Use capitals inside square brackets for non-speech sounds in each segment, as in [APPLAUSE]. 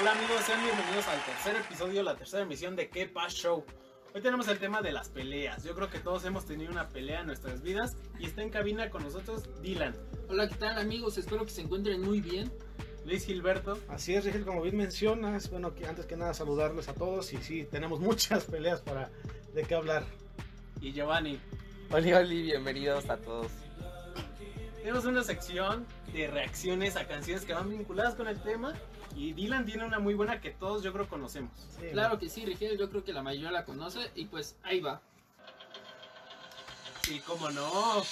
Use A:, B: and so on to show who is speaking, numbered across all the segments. A: Hola amigos, sean bienvenidos al tercer episodio, la tercera emisión de ¿Qué Paz Show? Hoy tenemos el tema de las peleas. Yo creo que todos hemos tenido una pelea en nuestras vidas y está en cabina con nosotros Dylan,
B: Hola, ¿qué tal amigos? Espero que se encuentren muy bien.
A: Luis Gilberto
C: Así es, Rigel, como bien mencionas, bueno, que antes que nada saludarles a todos y sí, tenemos [LAUGHS] muchas peleas para de qué hablar.
A: y Giovanni.
D: Oli, oli, bienvenidos a todos.
A: Tenemos una sección de reacciones a canciones que van vinculadas con el tema y Dylan tiene una muy buena que todos yo creo conocemos.
C: Sí,
B: Claro que sí, Rigel, yo creo que la mayoría la conoce y pues ahí va.
A: Sí, cómo no.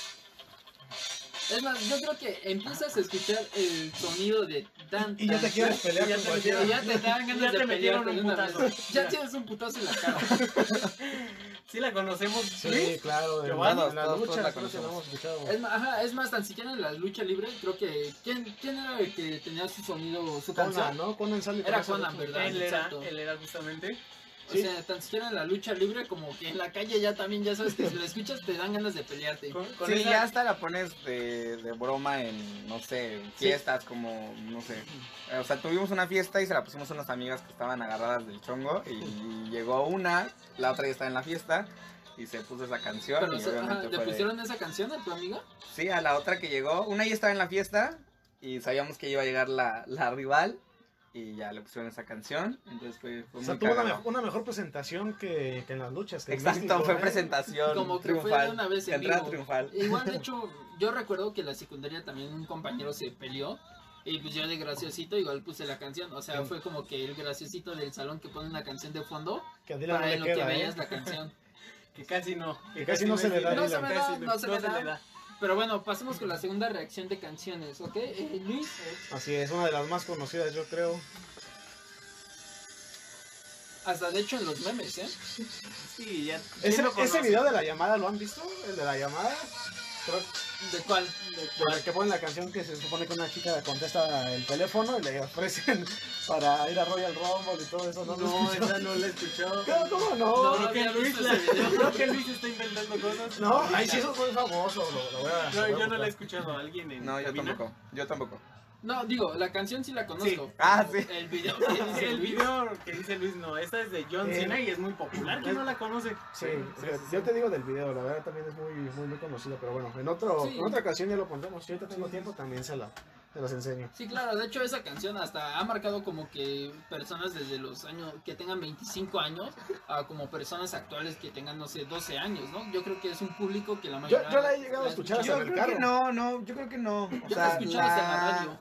B: Es más, yo creo que empiezas a escuchar el sonido de tan
C: Y ya te
B: tan,
C: quieres pelear
A: Ya
C: con
A: te
C: cualquiera.
B: y ya te dan ganas
A: Ya
B: de
A: te metieron
B: pelearte
A: un
B: de una
A: putazo.
B: vez. Ya tienes un putazo en la cara.
A: Sí la conocemos.
C: Sí, claro, en,
A: Giovanni,
C: las- en las
D: todos- todos la
C: luchas creo que la hemos
D: conocemos.
C: escuchado.
B: Es más, ajá, es más, tan siquiera en la lucha libre, creo que. ¿Quién, quién era el que tenía su sonido, su
C: Conan,
B: canción?
C: ¿no? Conan sale con
B: Era
C: esa
B: Conan,
C: lucha.
B: ¿verdad?
A: Él era,
B: Exacto.
A: él era justamente.
B: O
C: Sí.
B: sea, tan siquiera en la lucha libre, como que en la calle ya también, ya sabes que si lo escuchas te dan ganas de pelearte.
A: Con, con
D: sí,
A: esa-
D: ya hasta la pones de, de broma en, no sé, en fiestas, como, no sé. Eh, O sea, tuvimos una fiesta y se la pusimos a unas amigas que estaban agarradas del chongo y, llegó una, la otra ya estaba en la fiesta y se puso esa canción.
B: Pero,
D: y
B: o sea, ajá,
D: obviamente
B: ¿Te
D: fue de-
B: pusieron esa canción a tu amiga?
D: Sí, a la otra que llegó, una ya estaba en la fiesta y sabíamos que iba a llegar la, la rival y ya le pusieron esa canción. Entonces fue, fue
C: O sea,
D: muy
C: tuvo una,
D: cagado.
C: me- una mejor presentación que, que en las luchas. que en
D: Exacto,
C: México,
D: fue
C: ¿eh?
D: presentación
B: Como que fue
D: triunfal.
B: de una vez en
D: entrada
B: vivo.
D: triunfal.
B: Igual,
D: [LAUGHS]
B: de hecho, yo recuerdo que en la secundaria también un compañero se peleó. Y pues yo de graciosito igual puse la canción. O sea,
C: Sí.
B: fue como que el graciosito del salón que pone una canción de fondo
C: Que a Dylan no
B: para
C: le
B: en lo que
C: queda, ¿eh?
B: veías la
D: [LAUGHS]
B: canción.
A: Que casi no.
C: Que casi no se le da,
A: No
C: Dylan.
A: casi
B: No se le da. Pero bueno, pasemos con la segunda reacción de canciones, ¿ok? Eh, Luis, eh,
C: Así es, una de las más conocidas, yo creo.
B: hasta de hecho en los memes, ¿eh?
A: Sí, ya. ¿quién
C: Ese,
A: lo
C: ese
A: conoce?
C: video de la llamada, ¿lo han visto? El de la llamada. Creo
B: ¿De cuál?
C: Por el que ponen la canción que se supone que una chica contesta el teléfono y le ofrecen [LAUGHS] para ir a Royal Rumble y todo eso. No, lo [LAUGHS]
A: No,
C: escuchó?
A: esa no la he escuchado.
C: ¿Cómo, cómo no?
A: Creo que
B: había
A: Luis
B: visto
A: la-
B: ese video.
A: yo creo que Luis está inventando cosas.
C: No, ahí sí eso fue famoso. Lo, lo voy a,
A: No,
C: lo voy a
A: yo no la
C: buscar.
A: he escuchado. ¿Alguien en
D: No, yo
A: cabina?
D: tampoco. Yo tampoco.
B: No, digo, la canción sí la conozco.
D: Ah, sí.
B: El video [LAUGHS] que
A: Sí,
B: dice
A: el
B: Luis.
A: video que dice Luis no, esta es de John
C: Eh,
A: Cena y es muy popular, ¿quién no la conoce?
C: Sí, o sea, yo te digo del video, la verdad también es muy, muy, muy conocido, pero bueno, en, otro,
B: Sí.
C: en otra ocasión ya lo contamos. Si ahorita tengo tiempo, también se, la, se las enseño.
B: Sí, claro, de hecho esa canción hasta ha marcado como que personas desde los años que tengan 25 años a como personas actuales que tengan, no sé, 12 años, ¿no? Yo creo que es un público que la mayoría...
C: yo la he llegado a escuchar
B: escucha.
C: hasta
D: Yo
C: en el
D: creo que
C: carro.
D: no, no, yo creo que no. O
B: Yo la
D: sea,
B: escuchaba hasta en la
D: la,
B: radio.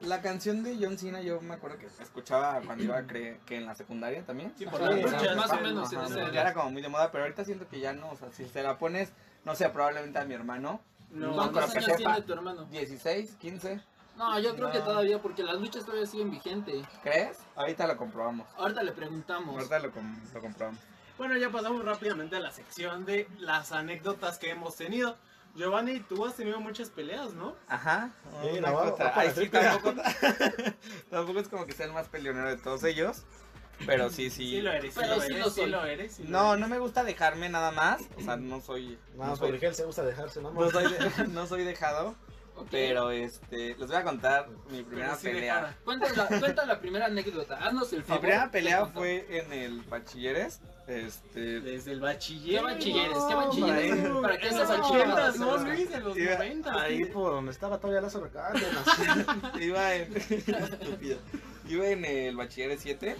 D: la canción de John Cena yo me acuerdo que escuchaba cuando iba cre- que en la secundaria también. Ah,
A: Sí, por
B: Ajá,
A: la
C: sí,
A: lucha,
B: más o
A: sí,
B: menos,
A: ajá,
B: en
D: Ya
B: ese-
D: era como muy de moda, pero ahorita siento que ya no, o sea, si se la pones, no sé, probablemente a mi hermano,
A: No,
D: Son
A: no,
B: ¿Cuántos
D: para que
B: años tiene
D: sepa.
B: tu hermano?
D: 16, 15,
B: No, yo creo que
A: No.
B: todavía, porque las luchas todavía siguen vigentes.
D: ¿crees? Ahorita lo comprobamos.
B: Ahorita le preguntamos.
D: Ahorita lo, com- lo comprobamos.
A: Bueno, ya pasamos rápidamente a la sección de las anécdotas que hemos tenido. Giovanni, tú has tenido muchas peleas, ¿no?
D: Ajá.
C: Sí,
D: una
C: no, va-
D: cosa.
C: va para
D: Ay,
C: la
D: sí,
C: triple A.
D: tampoco, [LAUGHS] tampoco es como que sea el más peleonero de todos ellos, pero sí, sí.
A: Sí lo eres, sí
B: Pero
A: lo
B: sí
A: eres,
B: lo
A: sí
B: soy.
A: lo eres. sí lo
D: No,
A: eres.
D: no me gusta dejarme nada más, o sea, no soy...
C: Vamos,
D: soy-
C: por Rigel se gusta dejarse, ¿no?
D: [LAUGHS] No soy, de- no soy dejado,
B: Ok.
D: pero este, les voy a contar mi primera
A: Pero sí
D: pelea.
A: dejada.
B: Cuenta la, cuenta la primera anécdota, haznos el
D: Mi
B: favor.
D: primera pelea
B: Cuenta.
D: fue en el bachilleres.
A: [LAUGHS]
D: Este,
A: Desde el
B: ¿Qué
A: bachiller.
B: bachilleres? ¿Qué
C: No,
B: bachilleres?
C: hombre.
B: ¿Para qué
A: En
B: esas
A: los
B: bachilleras?
A: ochentas, ¿no, Luis? En los
D: Iba
A: noventas.
C: Ahí
A: ¿sí?
C: por donde estaba todavía Lázaro Cárdenas.
D: [LAUGHS] iba en, [LAUGHS] Estúpido. iba en el bachilleres 7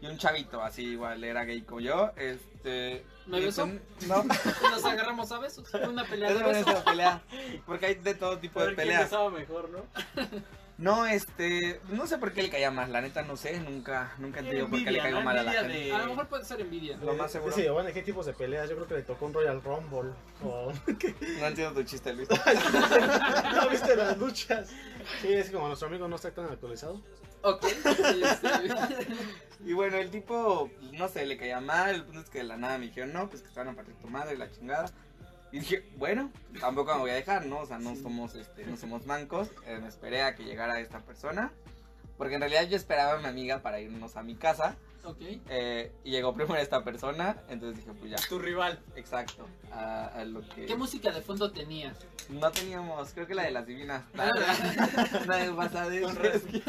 D: y un chavito, así igual era gay como yo. Este,
B: ¿Me
D: y
B: besó?
D: un- No,
B: Nos agarramos a besos. Fue una pelea de
D: esa no [LAUGHS] es
B: besos.
D: la pelea, porque hay de todo tipo
A: A
D: de
A: ver quién
D: peleas.
A: besaba mejor, ¿no?
D: No, este, no sé por qué le caía más, la neta no sé, nunca, nunca he entendido por qué le
A: Envidia,
D: caigo
A: ¿no?
D: mal a la
A: Envidia
D: gente.
A: de-
B: A lo mejor puede ser envidia.
D: Lo más
C: [LAUGHS]
D: seguro.
C: Sí, Giovanni, ¿qué tipos de peleas? Yo creo que le tocó un Royal Rumble. o-
D: No entiendo tu chiste,
C: [LAUGHS]
D: Luis.
C: ¿No viste las luchas? Sí, es que como nuestro amigo no está tan actualizado.
B: Ok. este,
D: Y bueno, el tipo, no sé, le caía mal, el punto es que de la nada me dijeron, no, pues que estaban a partir tu madre y la chingada. Y dije, bueno, tampoco me voy a dejar, ¿no? O sea, no somos, este, no somos mancos. Eh, me esperé a que llegara esta persona. Porque en realidad yo esperaba a mi amiga para irnos a mi casa.
B: ok.
D: eh, y llegó primero esta persona. Entonces dije, pues ya,
A: Tu rival.
D: exacto. A, a lo que
B: ¿Qué música de fondo tenía?
D: [LAUGHS] no teníamos, creo que la de las divinas.
B: Ah,
D: [LAUGHS] La de Basadez.
A: Con razón.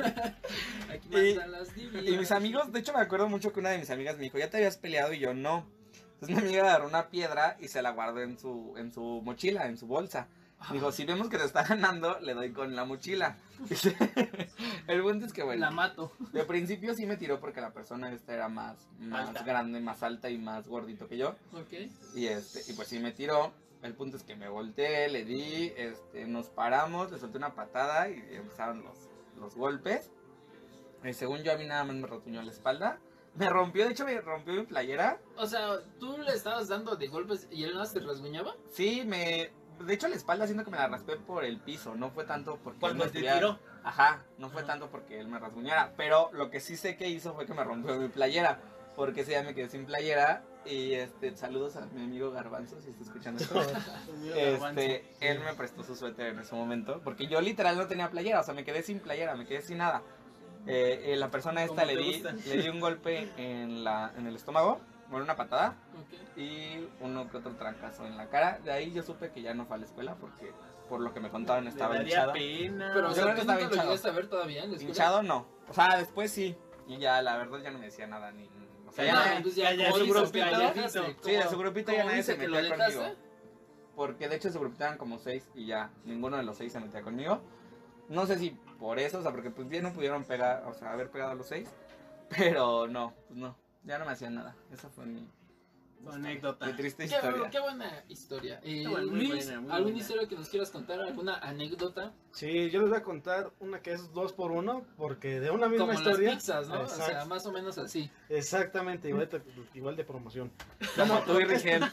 B: Aquí Mándalas
D: Y mis amigos, de hecho me acuerdo mucho que una de mis amigas me dijo, ya te habías peleado y yo no. Entonces mi amiga agarró una piedra y se la guardó en su, en su mochila, en su bolsa. Me dijo, si vemos que te está ganando, le doy con la mochila. [LAUGHS] El punto es que
B: La
D: bueno,
B: mato.
D: de principio sí me tiró porque la persona esta era más, más
A: Alta.
D: grande, más alta y más gordito que yo.
B: Ok.
D: Y este, y pues sí me tiró. El punto es que me volteé, le di, este, nos paramos, le solté una patada y empezaron los, los golpes. Y según yo a mí nada más me rotuñó la espalda. Me rompió, de hecho me rompió mi playera.
B: O sea, tú le estabas dando de golpes y él nada más te rasguñaba.
D: Sí, me. De hecho la espalda siento que me la raspé por el piso. No fue tanto porque él me
A: Cuando te
D: estuviera-
A: tiró.
D: Ajá, no fue
A: Ajá.
D: tanto porque él me rasguñara, pero lo que sí sé que hizo fue que me rompió mi playera, porque ese día me quedé sin playera y este saludos a mi amigo Garbanzo si está escuchando esto. Este, él me prestó su suéter en ese momento, porque yo literal no tenía playera, o sea, me quedé sin playera, me quedé sin nada. Eh, eh, la persona esta
A: Como
D: le
A: te
D: di,
A: gusta.
D: le di un golpe en, la, en el estómago, bueno, una patada,
B: Ok.
D: y uno que otro trancazo en la cara. De ahí yo supe que ya no fue a la escuela, porque por lo que me contaban
A: Estaba
D: estaba
A: daría
D: hinchado.
A: pena.
B: Pero, o
D: Yo
B: sea,
D: creo
B: tú
D: que estaba
B: nunca lo
D: hinchado.
B: llegaste a ver todavía en la escuela.
D: Hinchado no. O sea, después sí. Y ya, la verdad, ya no me decía nada. Ni, o sea, ya
A: Callado.
D: nadie-
B: pues ya,
A: Ya, ya,
B: como
A: su
B: dices,
A: grupito.
B: ya dijiste,
A: Sí,
D: Sí, de
B: ¿cómo-
D: su grupito
B: cómo
D: ya nadie
B: dice
D: se
B: que lo
D: metía conmigo.
B: dejaste?
D: Porque de hecho su grupito eran como seis y ya, ninguno de los seis se metía conmigo. No sé si por eso, o sea, porque pues bien no pudieron pegar, o sea, haber pegado a los seis. Pero no, pues no, ya no me hacían nada. Esa fue mi,
A: Tu anécdota.
D: mi triste
B: Qué,
D: historia.
B: qué buena historia. Eh,
A: Qué buena, muy
B: Luis,
A: buena, muy
B: ¿alguna
A: buena.
B: historia que nos quieras contar? ¿Alguna anécdota?
C: Sí, yo les voy a contar una que es dos por uno, porque de una misma
B: Como
C: historia.
B: las pizzas, ¿no? O sea,
C: Exacto.
B: más o menos así.
C: Exactamente, igual de, igual de promoción.
D: Como tú y Rigel.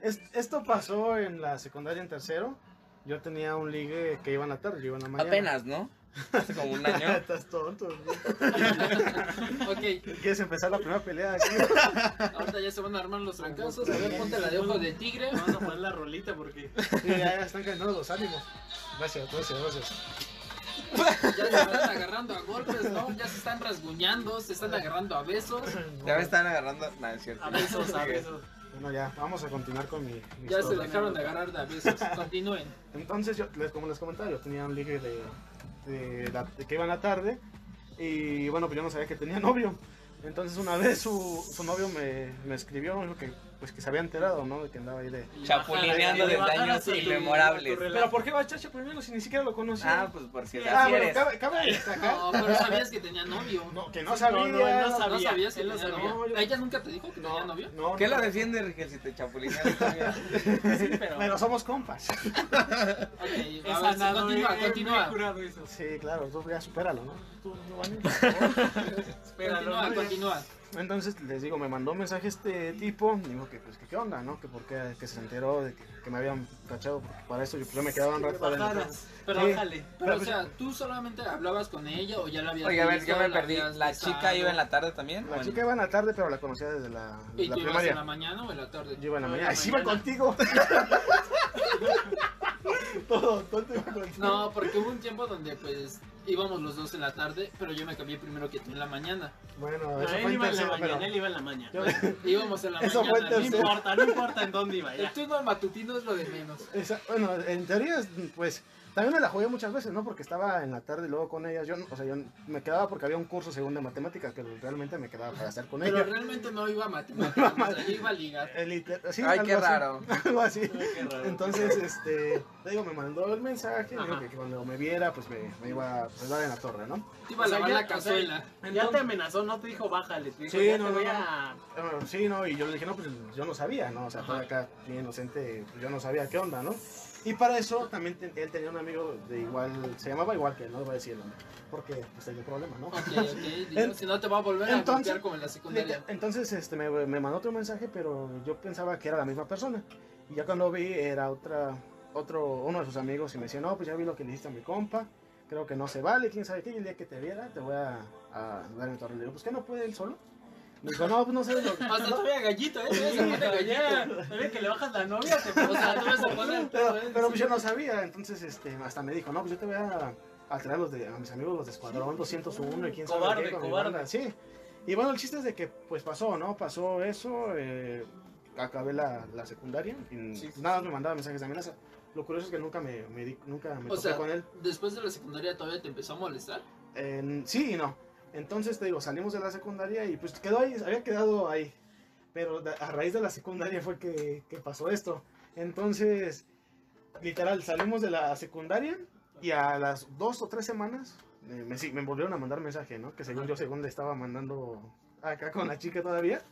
C: Es- esto pasó en la secundaria en tercero. Yo tenía un ligue que iba en la tarde, yo iba en la mañana. [LAUGHS]
D: Apenas, ¿no? Hace como un año.
C: Estás tonto. güey.
B: Ok,
C: ¿Quieres empezar la primera pelea aquí?
B: ahorita ya se van a armar los trancazos. A ver, ponte la de ojo
A: [LAUGHS]
B: de tigre.
A: Vamos a poner pues, la rolita porque.
C: Sí, ya, ya están calentando los ánimos. Gracias, gracias, gracias.
B: Ya se están agarrando a golpes, ¿no? Ya se están rasguñando, se están agarrando a besos.
D: Ya me están agarrando. No, es cierto.
A: A besos, a
D: Sí.
A: besos.
C: Bueno, ya, vamos a continuar con mi, mi
B: Ya se
C: historia.
B: dejaron de agarrar de a besos. Continúen.
C: Entonces, yo, les, como les comentaba, yo tenía un ligue de, de la- de que iba en la tarde. Y bueno, pues yo no sabía que tenía novio. Entonces, una vez su, su novio me, me escribió, me dijo que, pues, que se había enterado, ¿no? De que andaba ahí de.
D: Chapulineando de
A: Bajar
D: daños
A: hasta tu-
D: inmemorables.
A: tu
C: Pero
A: relato.
C: ¿por qué va Chacha primero si ni siquiera lo conocía?
D: Ah, pues por si
A: Sí,
C: Ah,
D: así
C: bueno,
D: eres.
C: cabe, cabe destacar.
B: No, pero sabías que tenía novio.
C: No, que no sabía.
A: No, no, él no
B: ¿No
A: sabía.
B: sabías que
A: él no
B: tenía
A: sabía.
B: novio? ¿Ella nunca te dijo que tenía novio?
C: no,
D: ¿Qué
C: no.
D: la defiende, Rigel, si te chapulineas también?
A: Sí, pero.
C: Pero somos compas.
B: Ok, a ver,
A: Esa
B: sí,
A: nada,
B: continúa,
A: eh, me he
B: continúa.
A: curado eso.
C: Sí, claro, tú ya supéralo, ¿no? Tú, Giovanni.
A: Espéralo.
B: Continúa, continúa.
C: Entonces les digo, me mandó un mensaje este tipo, digo que pues que qué onda, ¿no? Que por qué que se enteró de que, que me habían cachado, porque para eso yo, yo me quedaba un rato para adentro.
A: Bajaras.
B: Pero,
C: Sí.
A: Bájale.
B: pero, o sea, ¿tú solamente hablabas con ella o ya la habías
D: Oye, a ver,
B: visto,
D: yo me perdí.
B: habías
D: ¿La
B: besado?
D: chica iba en la tarde también?
C: La
D: Bueno,
C: chica iba en la tarde, pero la conocía desde la, desde
B: ¿Y
C: la
B: tú ibas en la
C: primaria.
B: mañana o en la tarde?
C: Yo iba en la mañana.
A: la
C: ¡Ay, sí iba
A: mañana.
C: contigo! todo, todo iba contigo.
B: No, porque hubo un tiempo donde pues íbamos los dos en la tarde, pero yo me cambié primero que tú en la mañana.
C: [LAUGHS] Bueno,
A: No,
C: eso
A: él
C: fue en
A: iba en la
C: tercero,
A: mañana,
C: pero...
A: él iba en la mañana.
C: Yo-
B: [LAUGHS] Íbamos en la
C: Eso fue
B: mañana.
C: el
A: No
B: ¿no?
C: tercero.
A: importa, no importa en dónde iba.
B: El
A: Ya.
B: turno matutino es lo de menos.
C: Esa- bueno, en teoría, pues, también me la jugué muchas veces, ¿no? Porque estaba en la tarde y luego con ellas. Yo, no- o sea, yo me quedaba porque había un curso según de matemáticas que realmente me quedaba para estar con
B: Pero
C: ellas.
B: realmente no iba a matemáticas, o sea, yo iba a ligar.
C: El liter- sí,
D: Ay,
C: algo
D: qué
C: así,
D: raro.
C: [LAUGHS] Algo así.
A: Qué raro.
C: Entonces, este, te digo, me mandó el mensaje, me dijo
A: Ajá.
C: que, que cuando me viera, pues me, me iba a pues, dar en la torre, ¿no?
B: Te iba a
A: O sea,
B: lavar
A: ya-
B: la cazuela.
A: Ya te amenazó, no te dijo bájale. Te dijo,
C: Sí,
A: ya
C: no,
A: te
C: no,
A: voy
C: no.
A: a.
C: Eh, sí, no, y yo le dije, no, pues yo no sabía, ¿no? O sea, estaba acá bien inocente, yo no sabía qué onda, ¿no? Y para eso también te- él tenía un amigo de igual, se llamaba igual que él, no le voy a decir el nombre, porque pues tenía problemas, ¿no?
B: Ok, ok, digo,
C: En-
B: si no te va a volver a
C: entonces-
B: golpear como en la secundaria.
C: Entonces este, me, me mandó otro mensaje, pero yo pensaba que era la misma persona. Y ya cuando vi, era otra, otro, uno de sus amigos y me decía, no, pues ya vi lo que le hiciste a mi compa, creo que no se vale, quién sabe qué, y el día que te viera te voy a, a dar en torre. Le digo, pues que no puede él solo. Me dijo, no, pues no sé lo que...
B: Hasta todavía gallito, ¿eh? Todavía
A: Sí,
B: se pone
A: pero
C: [LAUGHS]
A: ya,
B: gallito.
A: todavía que le bajas la novia, te
B: O sea, todavía se
A: [LAUGHS]
B: pone el
C: Pero,
B: pedo, ¿eh?
C: pero pues yo no sabía, entonces este, hasta me dijo, no, pues yo te voy a, a traer a, los de, a mis amigos los de Escuadrón 201 y quién
A: Cobarde,
C: sabe qué con mi
A: cobarde.
C: banda". Sí. Y bueno, el chiste es de que pues pasó, ¿no? Pasó eso, eh, acabé la, la secundaria y
A: Sí, sí,
C: nada, me mandaba mensajes de amenaza. Lo curioso es que nunca me, me di- nunca me
B: O
C: topé
B: sea,
C: con él.
B: Después de la secundaria todavía te empezó a molestar.
C: eh, sí y no. Entonces te digo, salimos de la secundaria y pues quedó ahí, había quedado ahí. Pero da- a raíz de la secundaria fue que, que pasó esto. Entonces, literal, salimos de la secundaria y a las dos o tres semanas eh, me, sí, me volvieron a mandar mensaje, ¿no? Que según yo, según le estaba mandando acá con la chica todavía.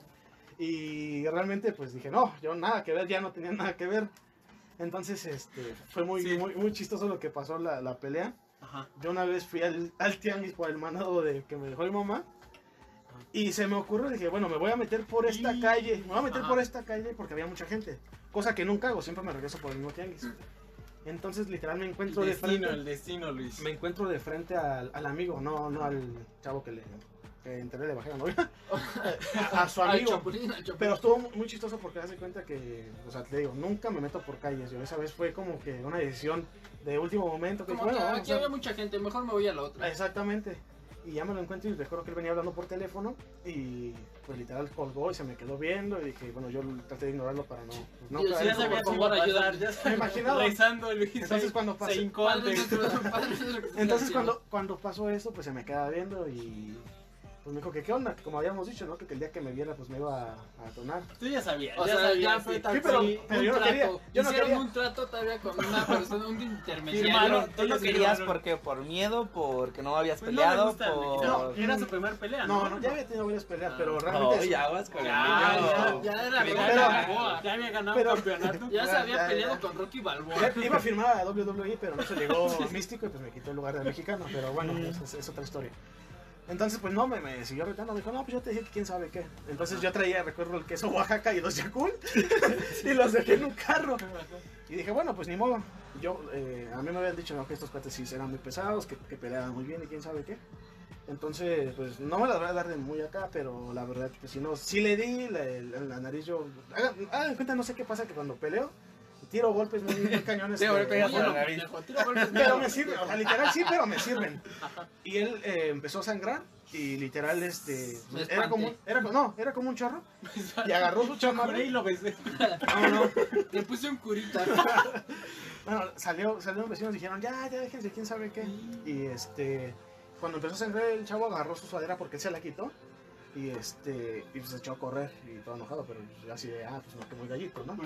C: Y realmente pues dije, no, yo nada que ver, ya no tenía nada que ver. Entonces, este, fue muy,
A: Sí.
C: muy, muy chistoso lo que pasó la, la pelea.
A: Ajá.
C: Yo una vez fui al, al tianguis por el mandado de que me dejó mi mamá. Y se me ocurrió, dije, bueno, me voy a meter por esta
A: Y-
C: calle. Me voy a meter
A: Ajá.
C: por esta calle porque había mucha gente. Cosa que nunca hago, siempre me regreso por el mismo tianguis. Entonces, literal, me
A: El
C: encuentro de
A: destino, el
C: frente.
A: destino, Luis.
C: Me encuentro de frente al, al amigo, no, no al chavo que le que enteré le bajé la novia.
A: [LAUGHS]
C: a, a su
B: Al
C: amigo.
B: Chapulín, al Chapulín.
C: Pero estuvo mu- muy chistoso porque hace cuenta que, o sea, te digo, nunca me meto por calles. Yo esa vez fue como que una decisión de último momento. Que
B: Como
C: dije, bueno,
B: que
C: vamos a
B: aquí
C: hacer-
B: había mucha gente, mejor me voy a la otra.
C: Exactamente. Y ya me lo encuentro y recuerdo que él venía hablando por teléfono y pues literal colgó y se me quedó viendo y dije, bueno, yo traté de ignorarlo para no... pues, no
B: Yo
C: caer
B: sí
A: ya
C: en su-
A: sabía
B: por
A: que
B: favor,
A: iba a
B: ayúdame.
A: pasar, ya sabía.
C: Me imaginaba.
A: Rezando, Luis.
C: Entonces,
A: ahí,
C: cuando pase-
A: Se hincó
B: Padre
A: antes.
B: nuestro, padre nuestro que estás
C: Entonces
B: en
C: cuando, cuando pasó eso, pues se me queda viendo y pues me dijo que qué onda, que como habíamos dicho, ¿no? Que el día que me viera pues me iba a, a donar.
A: Tú ya sabías.
B: O
A: ya
B: sea,
A: sabías.
B: ya fue
A: sí.
B: tan
C: Sí, pero- pero
A: Pues
B: un
C: yo no
B: trato.
C: quería, yo no
B: Hicieron
C: quería.
B: un trato todavía con una persona, un intermediario.
A: Firmaron.
D: Tú no
A: ellos
D: querías
A: firmaron.
D: porque por miedo, porque no habías
A: Pues no me
D: peleado,
A: gusta,
D: por...
A: no, era su primer pelea, ¿no?
C: No, no, ya había tenido varias peleas,
A: Ah.
C: pero realmente...
D: Ay, aguas con el
A: Ya,
D: niño.
B: Ya era
A: Ya
B: Rocky
C: Pero-
B: Balboa.
A: ya había ganado
C: pero-
A: campeonato.
B: Ya se
C: Ya,
B: había
C: ya,
B: peleado
C: ya.
B: con Rocky Balboa.
C: ya Iba a firmar a WWE, pero no se llegó místico y pues me quitó el lugar de mexicano. Pero bueno, pues, es, es otra historia. Entonces, pues no, me, me siguió retando. Me dijo, no, pues yo te dije que quién sabe qué. Entonces yo traía, recuerdo, el queso Oaxaca y los Yakul [LAUGHS] y los dejé en un carro. Y dije, bueno, pues ni modo. Yo, eh, a mí me habían dicho no, que estos cuates sí eran muy pesados, que, que peleaban muy bien y quién sabe qué. Entonces, pues no me la voy a dar de muy acá, pero la verdad, pues si no, sí le di la, la- la nariz yo. Hagan, hagan cuenta, no sé qué pasa que cuando peleo, tiro golpes muy, muy cañones.
D: Sí, ahora
C: que-
D: pegas
B: Oye,
D: a la
B: no,
D: nariz.
B: pendejo, tira golpes,
C: [LAUGHS] pero
B: no.
C: me sirven, o sea, literal sí, pero me sirven. Y él eh, empezó a sangrar y literal este
B: Me
C: era
B: espanté.
C: como un- era co- no, era como un chorro y agarró su chamarra.
A: Juré y lo besé.
C: No, no.
B: Le puse un curita.
C: Bueno, salió salieron vecinos dijeron, "Ya, ya déjense, quién sabe qué." Y este cuando empezó a sangrar el chavo agarró su sudadera porque él se la quitó. Y este y se echó a correr y todo enojado, pero yo así de, ah, pues no, que muy gallito, ¿no?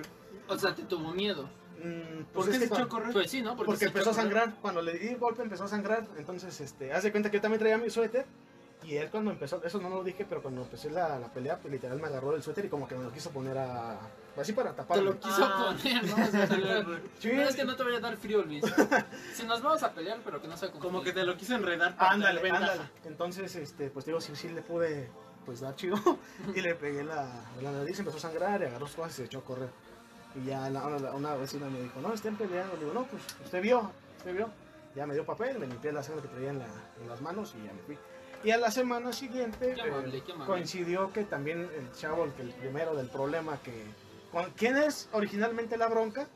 B: O sea, te tuvo miedo.
C: Mm, pues
A: ¿Por
C: es
A: qué
C: que
A: se echó
C: cuando-
A: a correr?
B: Pues sí, ¿no?
C: Porque
B: se
C: empezó a
B: echó correr.
C: sangrar, cuando le di el golpe empezó a sangrar, entonces, este, hace cuenta que yo también traía mi suéter, y él cuando empezó, eso no lo dije, pero cuando empecé la, la pelea, pues literal me agarró el suéter y como que me lo quiso poner a, así para
B: Te
C: taparlo.
B: lo quiso
A: Ah.
B: poner, ¿no? O sea, sangrar.
C: Sí,
B: No, es que no te vaya a dar frío, Luis. Si nos vamos a pelear, pero que no sea con
A: Como que
B: frío.
A: te lo quiso enredar. para
C: ándale,
A: tener ventaja.
C: ándale. Entonces, este, pues digo, sí, sí le pude, pues dar chido, [LAUGHS] y le pegué la, la nariz, empezó a sangrar, y agarró sus cosas y se echó a correr. Y ya la- una, una vecina me dijo, no, estén peleando, le digo, no, pues, usted vio, usted vio. Ya me dio papel, me limpié la sangre que traía en, la- en las manos y ya me fui. Y a la semana siguiente...
B: Qué
C: eh,
B: amable, qué amable.
C: coincidió que también el chavo, el, que el primero del problema, que con quién es originalmente la bronca,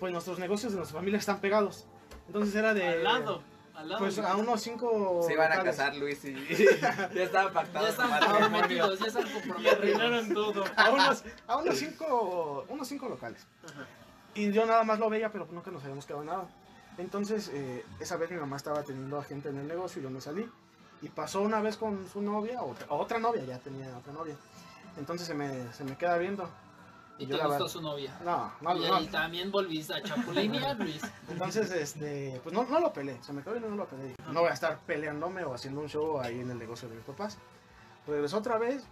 C: pues nuestros negocios de nuestra familia están pegados. Entonces era de...
A: Al lado. Al lado.
C: Pues a unos cinco...
D: Se iban a
C: locales.
D: casar Luis y... [LAUGHS] ya estaba pactado
B: Ya
D: su
B: están
D: matrimonio.
B: comprometidos, ya están
A: Y
B: comprometidos.
A: arruinaron todo.
C: A unos, a unos cinco, unos cinco locales.
A: Ajá.
C: Y yo nada más lo veía, pero nunca nos habíamos quedado nada. Entonces, eh, esa vez mi mamá estaba teniendo a gente en el negocio y yo me salí. Y pasó una vez con su novia, o otra, otra novia, ya tenía otra novia. Entonces se me, se me queda viendo.
B: Y te
C: Yo la
B: gustó
C: verdad-
B: su novia.
C: No, no,
B: y,
C: no.
B: y también volviste a chapulinear, Luis.
C: Entonces, este, pues no, no lo peleé, se me quedó viendo y no lo peleé. No voy a estar peleándome o haciendo un show ahí en el negocio de mis papás. Regresó otra vez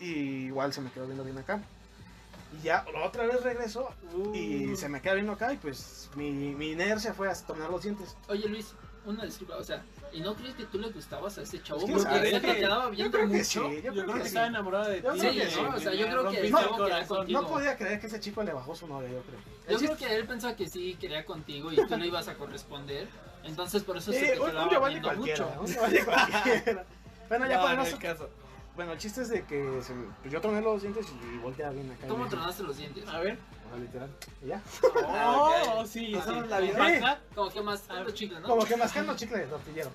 C: y igual se me quedó viendo bien acá. Y ya otra vez regresó
A: Uh.
C: y se me queda viendo acá y pues mi, mi inercia fue a tornar los dientes.
B: Oye, Luis, una disculpa, o sea, ¿y no crees que tú le gustabas a este chavo?
C: Pues, ¿quién
B: Porque
C: sabe?
B: se te
A: Es que-
B: quedaba
C: Yo
B: viendo
C: creo que sí,
B: mucho.
C: yo,
A: Yo,
C: creo, que, sí.
A: estaba enamorada de ti.
C: Yo creo que
A: güey.
C: sí,
A: Me
B: o sea, yo creo que
A: rompiste
B: no,
A: el
B: que
A: corazón.
B: contigo.
C: No podía creer que ese chico le bajó su novia, yo creo.
B: Yo creo que él pensaba que sí quería contigo y tú le ibas a corresponder. Entonces por eso se
C: Eh,
B: te
C: un, un
B: quedaba
C: Giovanni
B: viendo
C: cualquiera,
B: mucho.
C: un Giovanni cualquiera. Bueno, ya
D: No,
C: para
D: no
C: no
D: es el caso.
C: Bueno, el chiste es de que se me- pues yo troné los dientes y volteaba bien acá. y
B: ¿Cómo
C: me-
B: tronaste los dientes?
A: A ver.
C: O sea, literal. Y ya.
A: Oh, sí.
B: Así,
A: sí.
D: la vida.
A: Baja.
B: Como que más alto chicle, ¿no?
C: Como que mascando chicle de tortillero.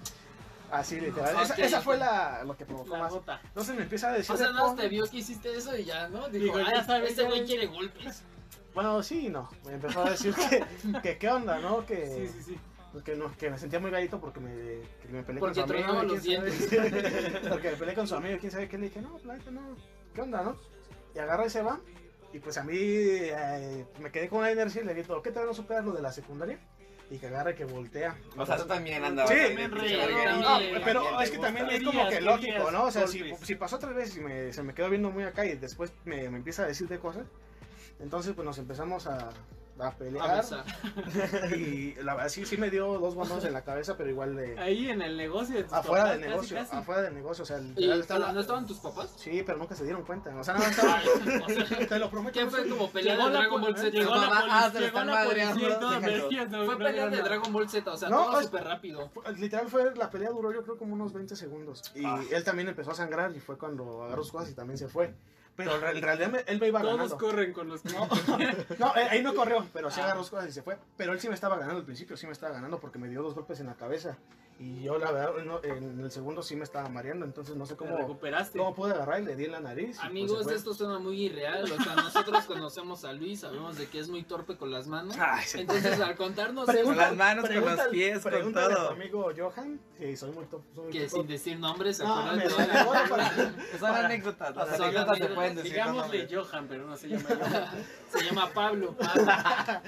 C: Así literal.
B: Ok,
C: esa, esa
B: ok.
C: fue la, lo que provocó
A: La
C: más.
A: gota.
C: Entonces me empieza a decir.
B: O sea,
C: de
B: nada más
C: todo.
B: te vio que hiciste eso y ya, ¿no? Dijo,
A: Dijo, ya
B: ay,
A: sabes,
B: este
A: ya
B: güey
A: ves".
B: quiere golpes. [LAUGHS]
C: Bueno, sí y no. Me empezó a decir que, que qué onda, ¿no?
A: Sí,
C: Que
A: sí, sí.
C: pues, pues que, no, que me sentía muy gallito porque me, que me peleé
B: Porque
C: con su amigo.
B: tronaba
C: y
B: los
C: quién sabe- [LAUGHS] porque me peleé con su amigo, y quién sabe qué. Le dije, no, pues la neta no, ¿qué onda, no? Y agarra y se va. Y pues a mí eh, me quedé con la inercia y le grito, ¿qué tal no superas lo de la secundaria? Y que agarra y que voltea.
D: O sea, tú también andabas.
C: Sí,
D: ahí de
A: también
D: pinche
A: rey,
D: verga.
B: no,
D: Ah,
B: pero
C: Pero
D: también
C: es
D: te
C: que
D: gusta.
C: también es
A: Querías,
C: como que lógico,
A: querías
C: ¿no? O sea, si,
A: golpes.
C: si pasó tres veces y me- se me quedó viendo muy acá y después me, me empieza a decir de cosas, entonces pues nos empezamos a, a
B: A
C: pelear.
B: besar.
C: [LAUGHS] y la verdad sí, sí me dio dos bonos en la cabeza, pero igual de...
A: Ahí en el negocio de
B: pues,
A: tus
C: Afuera
A: papás,
C: del negocio,
A: casi, casi.
C: afuera del negocio, o sea... el-
B: ¿Y
C: el-
B: pero no estaban tus
C: [LAUGHS]
B: papás?
C: Sí, pero nunca se dieron cuenta. O sea, nada más estaba- Te lo prometo.
B: ¿Qué
C: no
B: fue
C: soy-
B: como pelear de
A: la
B: Dragon
A: pol-
B: Ball Z?
A: llegó
D: Tu
A: la
D: mamá,
A: policía,
D: ah, se lo
A: llegó
D: están
A: la policía
D: madreando,
A: y todo,
D: déjalo.
A: pero es que no-
B: Fue
A: no
B: pelear
A: era
B: de
A: nada.
B: Dragon Ball Z, o sea,
C: No,
B: todo
C: es-
B: súper rápido.
C: Fue- Literal fue, la pelea duró yo creo como unos 20 segundos. Y
D: Ah.
C: él también empezó a sangrar y fue cuando agarró sus cosas y también se fue. Pero en re- en realidad me- él me iba
A: Todos
C: ganando.
A: corren con los
C: No, no, eh, ahí no corrió, pero sí
B: Ah.
C: agarró sus cosas y se fue. Pero él sí me estaba ganando al principio, sí me estaba ganando porque me dio dos golpes en la cabeza. Y yo, la verdad, no- en el segundo sí me estaba mareando, entonces no sé
A: Te
C: cómo,
A: recuperaste.
C: cómo pude agarrar y le di en la nariz. y pues se
B: Amigos,
C: fue.
B: esto suena muy irreal. O sea, nosotros conocemos a Luis, sabemos de que es muy torpe con las manos.
C: Ay, se-
B: Entonces, al contarnos
C: Pregunta-
D: Ah, Con las manos, con
C: pregunta-
D: los pies, con
C: pregúntale a
D: todo.
C: tu amigo Johan, que soy muy top. soy muy
B: que
C: top.
B: sin decir nombres, ¿se
C: No,
B: acuerdan
C: me
B: de
C: sale
B: ahora?
C: ahora para-
D: Son anécdotas. Las
B: Son
D: anécdotas se
B: anécdotas.
D: pueden decir. con
A: Digámosle
D: nombres.
A: Johan, pero no se llama Johan.
B: Se llama Pablo. Pablo.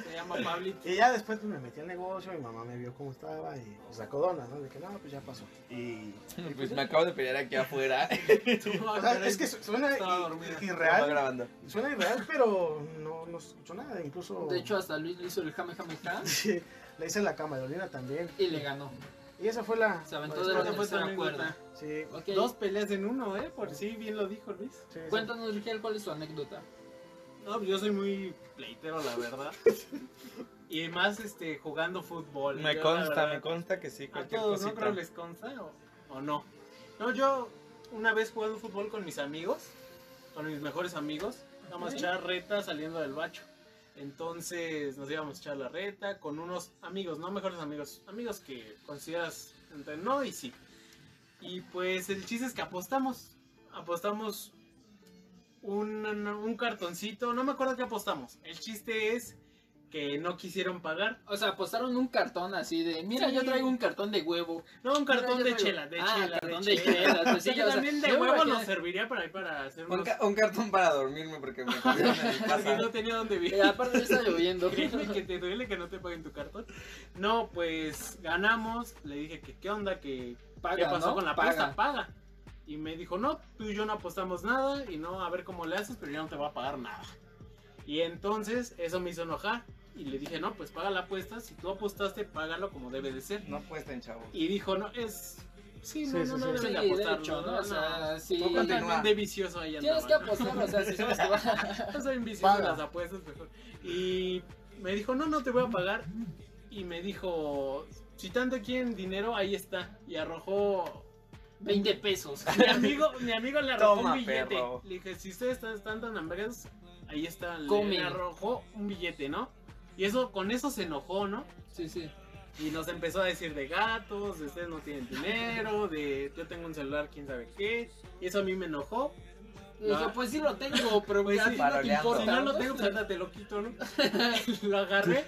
B: Se llama Pablito.
C: Y ya después pues, me metí al negocio, mi mamá me vio cómo estaba y pues, sacó donas, ¿no? Dije, no, pues ya pasó. Y.
D: [LAUGHS] Pues me acabo de pelear aquí afuera. [LAUGHS]
A: Tú,
C: O sea,
A: caray,
C: es que su- suena
A: estaba
C: i-
A: dormido.
D: Estaba
C: irreal.
D: grabando.
C: Suena irreal, pero no, no escuchó nada.
A: Oh.
C: Incluso
B: De hecho, hasta Luis le hizo el jame jame ja
C: sí, le hice la cama de Olina también.
B: y le ganó.
C: Y esa fue la.
B: Se aventó
C: la
B: de la
A: Esa
C: historia.
A: fue tu
B: tercera
A: anécdota.
B: cuerda.
C: Sí,
B: Ok,
A: Dos peleas en uno, ¿eh? Por sí, bien lo dijo Luis.
C: sí, sí.
B: Cuéntanos, Rigel, ¿cuál es tu anécdota?
A: No, pues yo soy muy pleitero, la
D: [LAUGHS]
A: verdad. Y más este, jugando fútbol. Yo,
D: Me
A: la
D: consta,
A: verdad,
D: me consta que sí,
A: A
D: cualquier
A: todos, ¿no? Creo
D: cosita.
A: les consta o, o no. No, yo una vez jugando fútbol con mis amigos, con mis mejores amigos, íbamos a
B: Ok.
A: echar reta saliendo del bacho. Entonces nos íbamos a echar la reta con unos amigos, no mejores amigos, amigos que consideras entre no y sí. Y pues el chiste es que apostamos, apostamos un, un cartoncito, no me acuerdo qué apostamos. El chiste es que no quisieron pagar
B: O sea, apostaron un cartón así de, mira,
A: Sí.
B: yo traigo un cartón de huevo.
A: No, un cartón
B: Mira, yo
A: de
B: traigo-
A: chela, de
B: Ah,
A: chela.
B: cartón de chela, pues sí,
A: Que
B: o sea,
A: también
B: yo
A: de
B: me
A: huevo
B: imaginé-
A: nos serviría para, para hacer
D: Un,
A: unos...
D: ca- un cartón para dormirme porque me [LAUGHS] cogieron en mi
A: [LAUGHS] Porque
D: casa.
A: no tenía dónde
B: Eh, [LAUGHS]
A: vivir.
B: aparte ya está lloviendo.
A: Créeme [LAUGHS] que te duele que no te paguen tu cartón. No, pues ganamos. Le dije que qué onda, que
B: Paga,
A: qué pasó
B: ¿no?
A: con la
B: Paga.
A: pasta, paga. Y me dijo, no, tú y yo no apostamos nada y no, a ver cómo le haces, pero yo no te voy a pagar nada. Y entonces eso me hizo enojar y le dije, no, pues paga la apuesta. Si tú apuestaste, págalo como debe de ser.
D: No apuesten, chavos.
A: Y dijo, no, es... Sí,
C: Sí,
A: no,
C: sí,
A: no, no
C: sí.
A: deben
B: Sí,
A: de
B: de
A: apostar,
B: hecho,
A: no,
B: ¿no? O sea, sí.
D: Tú continúa.
A: Totalmente vicioso ahí
B: Ah. Tienes que
A: andaba, ¿no?
B: apostar, o sea, si sabes que
A: [LAUGHS]
B: va.
A: Yo soy vicioso en
C: Paga.
A: las apuestas mejor. Y me dijo, no, no te voy a pagar. Y me dijo, si tanto quieren dinero, ahí está. Y arrojó...
B: 20 pesos.
D: [LAUGHS]
A: Mi amigo, mi amigo le arrojó
D: Toma,
A: un billete.
D: perro.
A: Le dije, si ustedes están, están tan hambrientos, ahí está. Le,
B: Come.
A: le arrojó un billete, ¿no? Y eso, con eso se enojó, ¿no?
B: Sí, sí.
A: Y nos empezó a decir de gatos, de ustedes no tienen dinero, de yo tengo un celular, quién sabe qué. Y eso a mí me enojó.
B: Le dije,
A: No.
B: pues sí lo tengo, pero
A: Ah. Pues
B: pues,
A: sí.
B: no te
D: Paroleando.
B: importa.
A: Si no lo tengo, pues anda, te lo quito, ¿no? [LAUGHS] lo agarré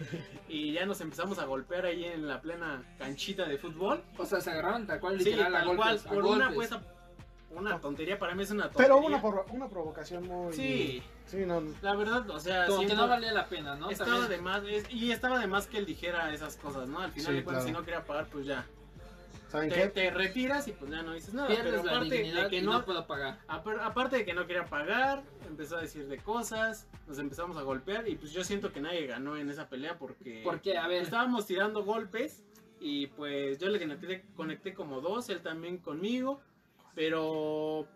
A: y ya nos empezamos a golpear ahí en la plena canchita de fútbol.
B: O sea, se agarraron tal cual,
A: Sí,
B: literal, a
A: tal cual,
B: golpes, a
A: por una
B: golpes.
A: apuesta, una tontería, para mí es una tontería.
C: Ah. Pero hubo una, provo- una provocación muy.
A: Sí,
C: Sí, no. no.
A: la verdad, o sea,
B: Como que
A: siento-
B: no valía la pena, ¿no?
A: estaba de más, es- y estaba de más que él dijera esas cosas, ¿no? Al final
C: Sí,
A: de cuentas,
C: claro.
A: si no quería pagar, pues ya,
C: ¿Saben
A: te,
C: qué?
A: te retiras y pues ya no dices nada.
B: Pierdes
A: Pero
B: la
A: aparte
B: dignidad
A: de que
B: y no,
A: no,
B: puedo pagar.
A: Apar- Aparte de que no quería pagar, empezó a decir de cosas, nos empezamos a golpear y pues yo siento que nadie ganó en esa pelea porque
B: Porque, a ver,
A: estábamos tirando golpes y pues yo le conecté, conecté como dos, él también conmigo, pero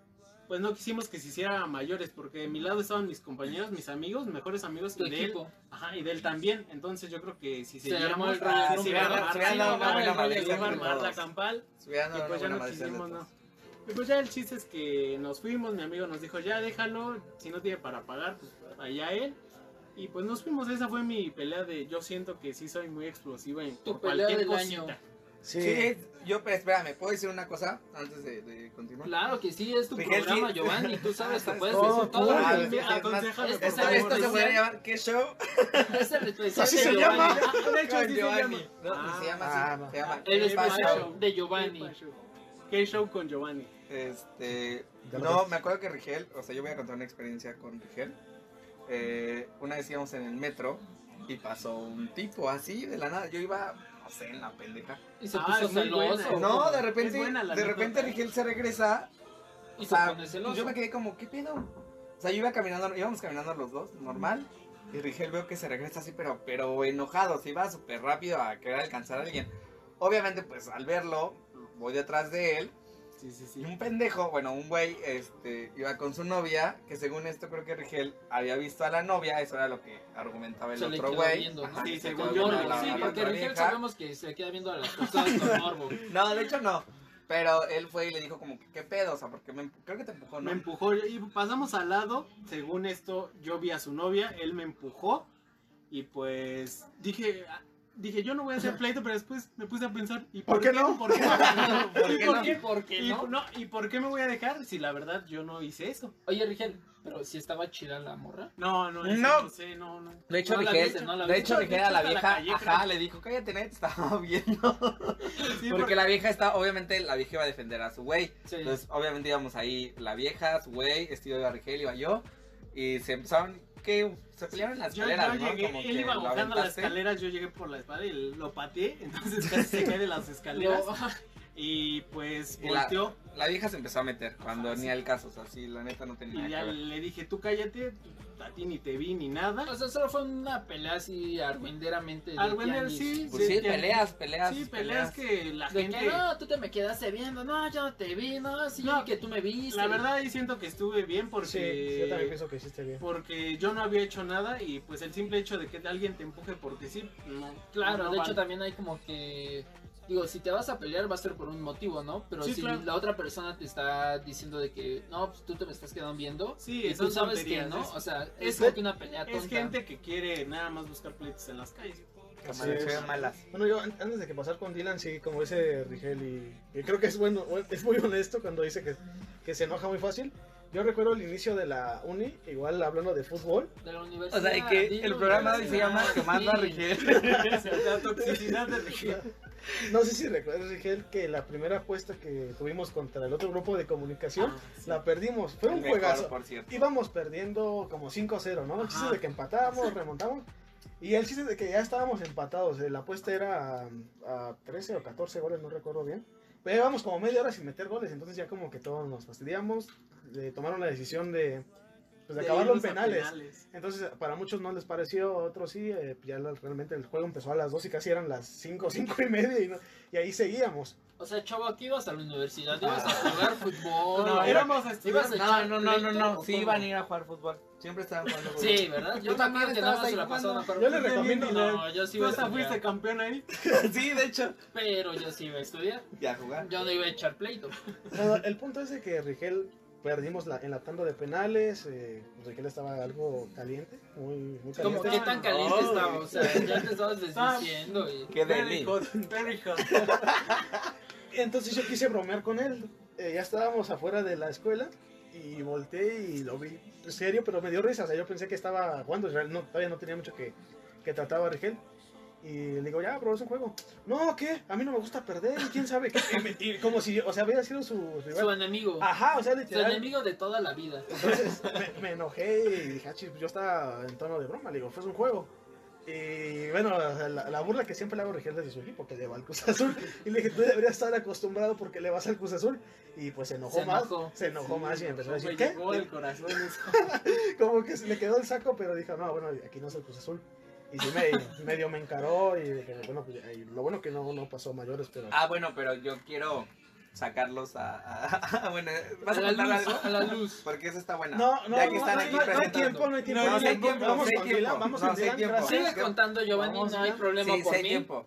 A: pues no quisimos que se hiciera mayores porque de mi lado estaban mis compañeros, mis amigos, mejores amigos
B: tu
A: y de él,
B: equipo.
A: ajá, y de él también, entonces yo creo que si
B: Se
A: seguíamos, ah,
B: armó
A: sí se
B: el rollo, se
A: iba a
B: hubiera-
A: armar,
B: se hubiera
A: sí,
B: dado
A: no,
B: una buena
A: el rollo se iba a
B: madriza entre
A: armar la
D: todos.
A: campal
D: Se hubieran
A: y
D: dado
A: pues ya
D: una
A: no
D: buena madre
A: quisimos, no. Y pues ya el chiste es que nos fuimos, mi amigo nos dijo, ya déjalo, si no tiene para pagar, pues allá él. Y pues nos fuimos, esa fue mi pelea de yo siento que sí soy muy explosiva en
B: Tu
A: por
B: pelea
A: cualquier
B: del
A: cosita.
B: año.
C: Sí.
D: Sí. yo, pero espérame, ¿puedo decir una cosa antes de, de continuar?
B: Claro que sí, es tu
D: Miguel,
B: programa,
D: sí.
B: Giovanni. Tú sabes que puedes
C: Todo,
B: decir todo. lo
C: todo.
D: Ah,
B: que
D: es que
B: quieras.
D: es más-
A: Aconséjame,
B: es-
A: por
B: esta-
D: Esto,
A: favor.
D: esto se
B: Giovanni.
D: puede llamar
A: [LAUGHS]
D: ¿Qué show?
B: Es el especial
C: Así
B: de
C: se
B: Giovanni.
C: llama.
A: De hecho,
D: Con
A: así se
D: Giovanni.
A: llama.
D: No,
A: Ah,
D: se llama
C: ah,
D: así.
C: no.
D: se llama
B: El
D: ¿Qué pasa?
B: especial de Giovanni.
A: K-Show con Giovanni.
D: Este,
C: Ya lo
D: no,
C: ves.
D: me acuerdo que Rigel, o sea, yo voy a contar una experiencia con Rigel. Eh, una vez íbamos en el metro y pasó un tipo así de la nada. Yo iba, no sé, en la pendeja.
B: Y se
A: Ah,
B: puso
A: es muy
B: celoso.
A: buena.
D: No, de
A: Es
D: repente,
A: buena la anécdota.
D: de
A: ¿eh?
D: repente Rigel se regresa.
B: Y
D: o
B: se
D: sea,
B: pone celoso.
D: yo me quedé como, ¿qué pedo? O sea, yo iba caminando, íbamos caminando los dos, normal. Y Rigel veo que se regresa así, pero, pero enojado, se iba súper rápido a querer alcanzar a alguien. Obviamente, pues al verlo, voy detrás de él.
A: Sí, sí, sí.
D: Y un pendejo, bueno, un güey, este, iba con su novia, que según esto creo que Rigel había visto a la novia, eso era lo que argumentaba el
B: Se le
D: otro
B: quedó
D: güey.
B: viendo, ¿no?
D: Ajá,
A: Sí,
D: que se
A: según
D: quedó
A: yo,
D: viendo a
A: no,
D: la-
B: sí,
D: a la
B: porque
D: otra
B: Rigel
D: vieja.
B: sabemos que se queda viendo a las personas con morbo.
D: No, de hecho no. Pero él fue y le dijo como que qué pedo, o sea, porque me, empu- creo que te empujó, ¿no?
A: Me empujó y pasamos al lado. Según esto, yo vi a su novia, él me empujó y pues dije, dije yo no voy a hacer pleito, pero después me puse a pensar y por,
C: ¿Por qué no?
D: [LAUGHS]
A: ¿Por qué no? ¿Y por qué?
B: ¿Por qué
A: Y,
B: no?
A: no, ¿Y por qué me voy a dejar si la verdad yo no hice eso?
B: Oye, Rigel, pero si estaba chida la morra.
A: No, no, eso
D: No.
A: no sé, no, no.
D: De hecho,
B: no la
D: Rigel,
B: viste, no la
D: de
B: viste.
D: hecho, Rigel a la
A: De hecho,
D: vieja,
A: hasta la calle,
D: ajá, le dijo, cállate, nadie te estaba [LAUGHS] viendo.
A: Sí,
D: Porque la vieja está, obviamente, la vieja iba a defender a su güey.
B: Sí.
D: Entonces, obviamente íbamos ahí, la vieja, su güey, este iba Rigel, iba yo. Y se empezaron, que se pelearon en las
A: yo, yo
D: escaleras, ¿no?
A: llegué,
D: Como
A: él
D: que
A: iba
D: lo
A: bajando las
D: aventaste.
A: escaleras, yo llegué por la espalda y lo pateé, [LAUGHS] entonces casi se cae de las escaleras
B: Lo-
A: y pues
D: Y la-
A: volteó.
D: La vieja se empezó a meter cuando
A: Ajá,
D: ni
A: Ah, sí.
D: al caso, o sea, sí, la neta no tenía
A: Y
D: nada
A: ya
D: que ver.
A: le dije, tú cállate, a ti ni te vi ni nada.
B: O sea, solo fue una pelea así argüenderamente. de
A: Argüender,
B: tianguis.
A: sí,
D: Pues sí,
A: que-
D: peleas, peleas.
A: Sí, peleas que la
B: De que
A: gente...
B: no, tú te me quedaste viendo, no, yo no te vi, no, sí,
A: No,
B: que tú me viste.
A: La verdad ahí siento que estuve bien
C: Sí, yo también
A: porque...
C: pienso que hiciste bien.
A: porque yo no había hecho nada y pues el simple hecho de que alguien te empuje porque sí, no,
B: Claro,
A: no
B: de
A: vale.
B: hecho también hay como que. Digo, si te vas a pelear va a ser por un motivo, ¿no? Pero
A: Sí,
B: si
A: claro.
B: la otra persona te está diciendo de que, no, pues tú te me estás quedando viendo.
A: Sí,
B: Y
A: son
B: tú sabes que
A: tonterías,
B: no,
A: es-
B: o sea,
A: es
B: es como
A: gen-
B: que una pelea tonta.
A: Es gente que quiere nada más buscar pleitos en las calles.
D: que
C: Así
D: amaneció
C: es.
D: de malas.
C: Bueno, yo an- antes de que pasar con Dylan, sí, como dice Rigel, y, y creo que es bueno, es muy honesto cuando dice que, que se enoja muy fácil. Yo recuerdo el inicio de la uni, igual hablando de fútbol. [LAUGHS]
B: de la universidad.
D: O sea, que
B: digo,
D: el programa de hoy se llama
B: [LAUGHS] universidad,
D: Quemando a
A: [LAUGHS]
B: sí.
D: Rigel.
A: la toxicidad
C: [LAUGHS]
A: de Regina.
C: No sé si recuerdas, Rigel, que la primera apuesta que tuvimos contra el otro grupo de comunicación la pues, perdimos. Fue
D: El
C: un
D: mejor,
C: juegazo.
D: por cierto.
C: Íbamos perdiendo como 5-0, ¿no? El chiste
A: Ajá.
C: es de que empatábamos, remontamos. Y el chiste es de que ya estábamos empatados. eh, La apuesta era a, a 13 o 14 goles, no recuerdo bien. Pero íbamos como media hora sin meter goles. Entonces ya como que todos nos fastidiamos. eh, tomaron la decisión de, pues, de acabarlo en
A: irnos a
C: penales. Entonces para muchos no les pareció, a otros sí. eh, ya la- realmente el juego empezó a las 2 y casi eran las [LAUGHS] 5, 5 y media. Y, no- y ahí seguíamos.
B: O sea, chavo, aquí ibas a la universidad, ibas a jugar fútbol.
A: Ah. [LAUGHS] No,
B: ibas-
A: éramos a estudiar.
B: ibas a
D: No, [LAUGHS]
B: echar
D: no, no, no,
B: pleito,
D: no.
B: ¿o
D: Sí
B: cómo?
D: iban a ir a jugar fútbol. Siempre estaban [LAUGHS] jugando fútbol.
B: Sí, ¿verdad? Yo
D: Tú también
B: también que nada
D: estabas
B: más
D: ahí
B: se la pasaba
D: jugando.
B: mejor.
C: Yo le recomiendo-
B: No, yo sí
A: Tú
B: iba a
A: hasta fuiste
B: estudiar.
A: campeón ahí.
D: sí, de hecho.
B: Pero yo sí iba a estudiar.
D: Y a jugar.
B: Yo no iba a echar pleito.
C: No, el punto es de que Rigel perdimos la- en la tanda de penales. eh, Rigel estaba algo caliente, muy, muy
B: Como
C: caliente.
B: que tan caliente
D: No,
B: estaba,
D: güey.
B: o sea, ya te estabas desdiciendo y...
D: Qué
A: Very
D: deli.
A: hot, very
C: [LAUGHS]
A: hot.
C: Entonces yo quise bromear con él. eh, ya estábamos afuera de la escuela y volteé y lo vi serio, pero me dio risa. O sea, yo pensé que estaba jugando. real- No, todavía no tenía mucho que, que trataba Rigel. Y le digo, ya, bro, es un juego. No, ¿qué? A mí no me gusta perder. ¿y ¿Quién
B: [LAUGHS]
C: sabe? qué?". Y me- Y como si, o sea, hubiera sido su
B: Su
C: rival.
B: enemigo.
C: Ajá, o sea,
B: Su
C: literal.
B: enemigo de toda la vida.
C: Entonces me, me enojé y dije, ah, chis, yo estaba en tono de broma, le digo, fue un juego. Y bueno, la, la burla que siempre le hago a Rigel desde su equipo, que le va al Cruz Azul. Y le dije, tú deberías estar acostumbrado porque le vas al Cruz Azul. Y pues se enojó
B: Se
C: más.
B: enojó.
C: Se enojó más y empezó a
A: Me
C: decir, ¿qué?
A: llegó el corazón. eso.
C: [LAUGHS] Como que se le quedó el saco, pero dijo, no, bueno, aquí no es el Cruz Azul. Y sí me, medio me encaró y dije, bueno, pues, y lo bueno que no, no pasó mayores, pero...
D: Ah, bueno, pero yo quiero sacarlos a. a- [LAUGHS] a- bueno, ¿vas a
B: la
D: contar
B: luz,
D: algo?
B: a la luz.
D: Porque eso está buena.
C: No, no,
D: ya que están
C: no,
D: aquí
C: no, no hay
D: presentando.
C: tiempo, no hay tiempo.
D: No,
C: no hay
D: sí hay
C: tiempo.
D: tiempo,
C: Vamos
D: sí hay
C: con Dylan,
D: tiempo.
C: vamos
D: No,
C: con
D: sí hay
C: Dylan,
D: tiempo.
C: gracias.
B: Sigue contando, Giovanni,
C: Vamos,
B: no hay
C: ya.
B: problema
D: Sí, sí
B: por
D: hay
B: mí.
D: tiempo.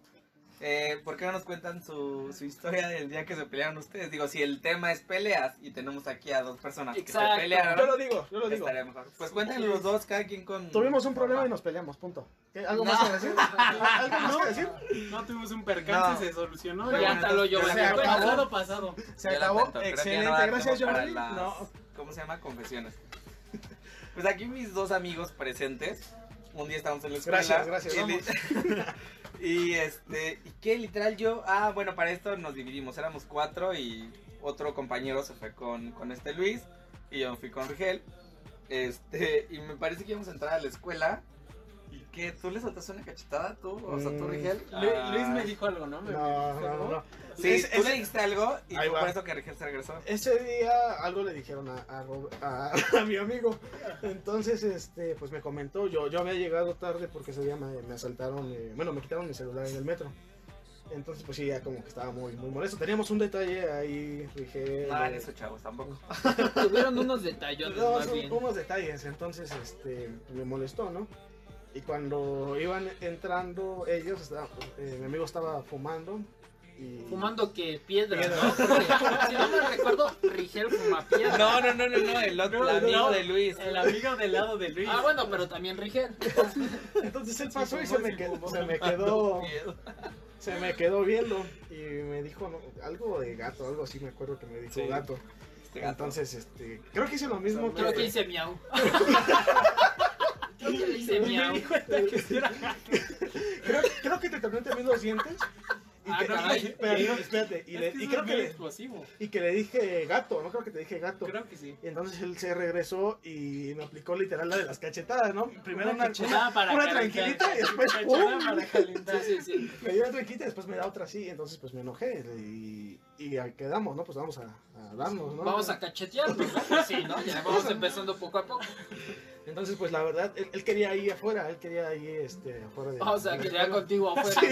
D: Eh, ¿Por qué no nos cuentan su, su historia del día que se pelearon ustedes? Digo, si el tema es peleas y tenemos aquí a dos personas que
B: Exacto.
D: se pelearon,
C: Yo lo digo, yo lo digo.
D: estaría mejor. Pues cuéntenlo los dos, cada quien con.
C: Tuvimos un problema y nos peleamos, punto. ¿Qué- ¿Algo más
D: No.
C: que decir? ¿Algo más que decir?
A: No tuvimos un percance,
D: No.
A: se solucionó.
D: Pero
A: ya
D: bueno,
A: está lo
D: entonces,
A: yo.
C: ya se acabó.
A: Pasado, pasado.
C: Se
D: Ya la
C: acabó.
D: cuento, creo que ya
C: Excelente,
D: no va a dar
C: gracias,
D: tiempo para
C: Giovanni.
D: las-
C: No.
D: ¿Cómo se llama? Confesiones. [LAUGHS] Pues aquí mis dos amigos presentes. Un día estábamos en la escuela.
C: Gracias, gracias,
D: Y, li- [LAUGHS] y este, y que literal yo, ah, bueno, para esto nos dividimos, éramos cuatro y otro compañero se fue con, con este Luis y yo fui con Rigel. Este, y me parece que íbamos a entrar a la escuela y que tú le soltaste una cachetada, tú, o sea, tú
C: Mm.
D: Rigel.
A: Lu- Luis me
D: Ah,
A: dijo algo, ¿no? Me-
C: No,
A: me dijo "Oh,
C: no,
A: algo.
C: no.
D: Sí,
C: Ese-
D: tú
C: ese-
D: le dijiste algo y
C: Ahí
D: fue
C: va.
D: por eso que Rigel se regresó.
C: Ese día algo le dijeron a, a Ro- a- [LAUGHS] a mi amigo. Entonces, este, pues me comentó, yo, yo había llegado tarde porque ese día me, me asaltaron, eh, bueno, me quitaron mi celular en el metro. Entonces, pues sí, ya como que estaba muy, muy molesto. Teníamos un detalle ahí, dije...
D: No hagan
C: eh,
D: eso, chavos, tampoco.
B: [LAUGHS] Tuvieron unos detallones
C: Pues No,
B: más
C: son
B: bien.
C: unos detalles, entonces este me molestó, ¿no? Y cuando iban entrando ellos, estaba- eh, mi amigo estaba fumando y
B: Fumando que piedra,
C: Piedra.
B: ¿no? Porque, si no me recuerdo, Rigel fuma piedra.
D: No, no, no, no, no, el otro,
A: No,
D: el amigo
A: no.
D: de Luis.
A: El amigo del lado de Luis.
B: Ah, bueno, pero también Rigel.
C: entonces él pasó y se me quedó,
A: fumó,
C: se me quedó, se me quedó viendo y me dijo no, algo de gato, algo así me acuerdo que me dijo
D: Sí.
C: gato.
D: Este gato.
C: Entonces, este, creo que hice lo mismo
B: Creo que hice miau. Creo que le hice
A: me
B: miau.
A: di cuenta que sí era.
C: creo, creo que te toqué también los dientes. Y,
B: Ah,
C: te-
B: caray.
C: pero no, espérate, y,
A: Es
C: le-
A: que
C: y
A: eso
C: creo
A: es
C: que
A: muy
C: le-
A: explosivo.
C: y que le dije gato, no creo que te dije gato.
A: Creo que sí.
C: Y entonces él se regresó y me aplicó literal la de las cachetadas, ¿no? Primero una,
A: cachetada para
C: una
A: calentar.
C: tranquilita y después
A: Cachorra
C: ¡pum!
A: para calentar.
B: Sí, sí, sí.
C: me dio una tranquilita y después me da otra así. Entonces pues me enojé y, y ahí quedamos, ¿no? Pues vamos a, a darnos, ¿no?
B: Vamos a cachetearnos. ¿no? Sí, ¿no? Ya vamos empezando poco a poco.
C: Entonces pues la verdad, él, él quería ir afuera, él quería ir este, afuera de...
B: O sea,
C: de-
B: que ya contigo afuera.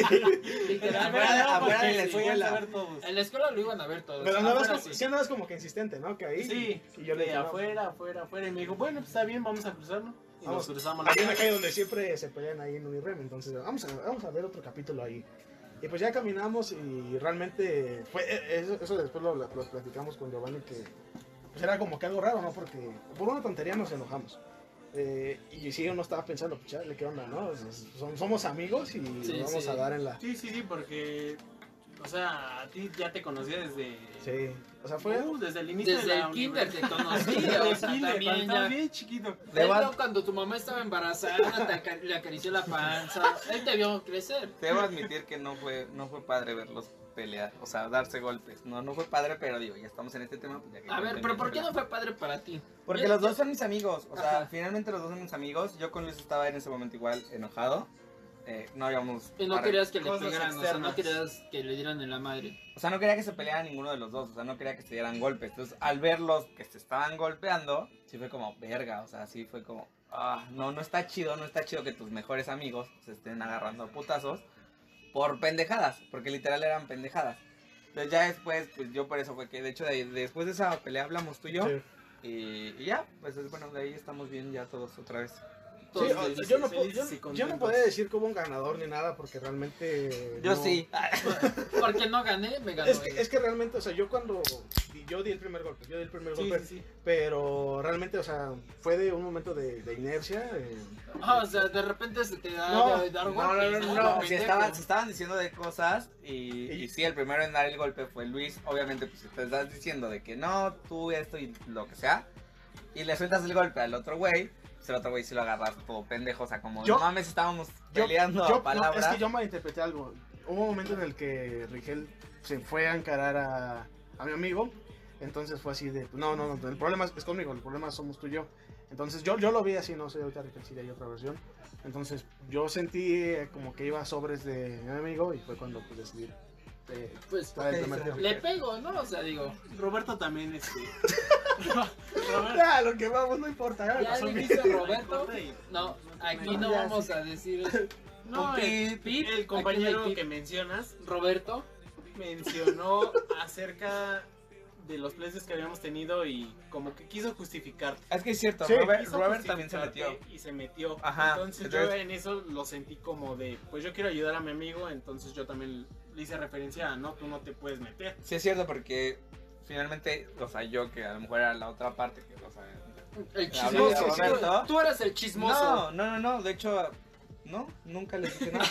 B: Literal.
D: Afuera de- afuera de la
A: Sí,
D: escuela.
A: van a ver todos.
B: En la escuela lo iban a ver todos.
C: Pero andabas,
B: Afuera
C: como,
B: sí.
C: sí andabas como que insistente, ¿no? Que ahí...
A: Sí,
C: Y yo
A: de
C: le dije, no,
A: afuera, afuera, afuera. Y me dijo, bueno, pues está bien, vamos a cruzarlo. Y
C: Vamos.
A: nos cruzamos la
C: Hay una calle donde siempre se pelean ahí en Unirem, entonces vamos a, vamos a ver otro capítulo ahí. Y pues ya caminamos y realmente fue, eh, eso, eso después lo, lo platicamos con Giovanni que pues era como que algo raro, ¿no? Porque por una tontería nos enojamos. Eh, y si uno estaba pensando, pues le qué onda, ¿no? Son- somos amigos y
B: Sí,
C: vamos
B: sí.
C: a dar en la...
A: Sí, sí, sí, porque. O sea, a ti ya te conocía desde.
C: Sí, o sea, fue...
A: Uh, desde el inicio de
B: Desde
A: la
B: el kinder te conocí.
A: universidad. Desde
B: O
A: el
B: sea,
A: kinder, cuando
B: también
A: estaba
B: ya.
A: bien chiquito.
D: Le
B: Él
D: va-
B: vio cuando tu mamá estaba embarazada, te aca- le acarició la panza. Él te vio crecer.
D: Te debo admitir que no fue, no fue padre verlos pelear, o sea, darse golpes. No, no fue padre, pero digo, ya estamos en este tema. pues ya que
B: A ver,
D: cuenten
B: pero
D: mi
B: ¿por qué no
D: relación.
B: fue padre para ti?
D: Porque
B: Yo-
D: los dos son mis amigos, o sea,
B: Ajá.
D: finalmente los dos son mis amigos. Yo con Luis estaba en ese momento igual enojado. Eh, no habíamos.
B: Y no
D: arre-
B: querías que le
A: Cosas
B: pegaran, o sea, no
A: externas.
B: querías que le dieran en la madre.
D: O sea, no quería que se pelearan ninguno de los dos, o sea, no quería que se dieran golpes. Entonces, al verlos que se estaban golpeando, sí fue como verga, o sea, sí fue como, ah, no, no está chido, no está chido que tus mejores amigos se estén agarrando a putazos por pendejadas, porque literal eran pendejadas. Entonces ya después, pues yo por eso fue que, de hecho, de ahí- después de esa pelea hablamos tú y yo,
C: Sí.
D: y, y ya, pues es bueno, de ahí estamos bien ya todos otra vez.
C: Sí, o-
B: Todos
C: yo,
B: felices.
C: no puedo,
A: felices y
C: yo, yo no
A: contentos.
C: podía decir que hubo un ganador ni nada porque realmente...
D: Yo
C: no-
D: [LAUGHS] sí,
B: Porque no gané, me ganó.
C: Es que, es que realmente, o sea, yo cuando... Yo di el primer golpe, yo di el primer
A: Sí, sí,
C: golpe,
A: sí.
C: pero realmente, o sea, fue de un momento de, de inercia. eh,
B: Ah, o sea, de repente se te da
C: No,
B: de dar
D: No,
B: golpes.
D: no, no,
B: Como
D: no, no. Si
B: pendejo.
D: estaban, si estaban diciendo de cosas y,
C: Y-
D: y sí, el primero en dar el golpe fue Luis. Obviamente, pues te estás diciendo de que no, tú esto y lo que sea. Y le sueltas el golpe al otro güey. Pues el otro güey sí lo agarras todo pendejo. O sea, como
C: Yo-
D: no mames, estábamos
C: yo-
D: peleando
C: yo-
D: a palabras.
C: no, es que yo malinterpreté algo. Hubo un momento en el que Rigel se fue a encarar a, a mi amigo. Entonces fue así de, no, no, no, el problema es, es conmigo, el problema somos tú y yo. Entonces yo, yo lo vi así, no sé, ahorita Rigel sí hay otra versión. Entonces yo sentí eh, como que iba a sobres de mi amigo y fue cuando pues, decidí. eh,
B: Pues
C: dar el primer
D: Ok,
C: golpe.
B: le pego, ¿no? O sea, digo.
A: Roberto también, [LAUGHS] este. Roberto.
C: Ah, lo que vamos, no importa. ya,
B: Ya
C: pasó
B: le
C: mi-
B: dice Roberto.
A: y-
B: No, aquí
A: no,
B: no
C: ya,
B: vamos a decir eso.
A: No, el,
B: Pip,
A: el compañero
B: aquí no hay
A: que
B: pip.
A: mencionas
B: Roberto.
A: mencionó acerca de los playlists que habíamos tenido y como que quiso justificarte.
D: Es que es cierto,
C: Sí.
D: Robert,
A: Quiso
D: Robert también se metió.
A: justificarte Y se metió.
D: Ajá,
A: Entonces yo
D: entonces-
A: en eso lo sentí como de, pues yo quiero ayudar a mi amigo, entonces yo también le hice referencia a, no, tú no te puedes meter.
D: Sí es cierto porque finalmente, o sea, yo que a lo mejor era la otra parte que, o sea,
B: El
D: Hablaba
A: de
B: chismoso.
D: Roberto.
B: Tú, tú eras el chismoso.
D: No, no, no, no, de hecho no, nunca les dije
B: [LAUGHS]
D: nada.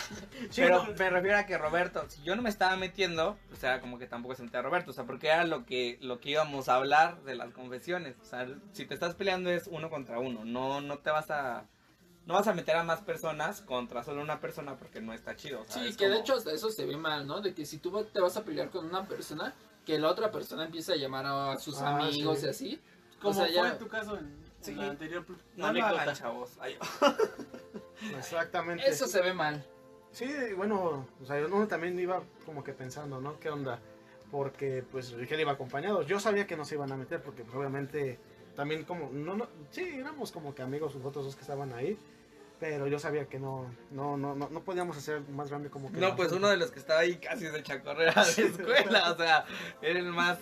C: Sí,
D: Pero
C: no,
D: me refiero a que Roberto, si yo no me estaba metiendo, o sea, como que tampoco se metía Roberto, o sea, porque era lo que lo que íbamos a hablar de las confesiones, o sea, si te estás peleando es uno contra uno, no no te vas a no vas a meter a más personas contra solo una persona porque no está chido, o sea,
B: Sí,
D: Ah, es
B: que de
D: como-
B: hecho hasta eso se ve mal, ¿no? De que si tú va- te vas a pelear con una persona, que la otra persona empieza a llamar a sus
C: Ah,
B: amigos
C: sí.
B: y así.
A: Como
B: sea,
A: fue
B: ya-
A: en tu caso en, en
D: Sí.
A: la anterior pl-
D: no lo
A: anécdota.
D: hagan, chavos. Ay,
C: Exactamente.
B: Eso se ve mal.
C: Sí, bueno, o sea, uno también iba como que pensando, ¿no? ¿Qué onda? Porque, pues, Rigel iba acompañado. Yo sabía que no se iban a meter porque, pues, obviamente, también como, no, no, sí, éramos como que amigos los otros dos que estaban ahí. Pero yo sabía que no, no, no, no, no podíamos hacer más grande como que...
D: No, pues uno de los que estaba ahí casi se chacorrera de escuela, o sea, era el más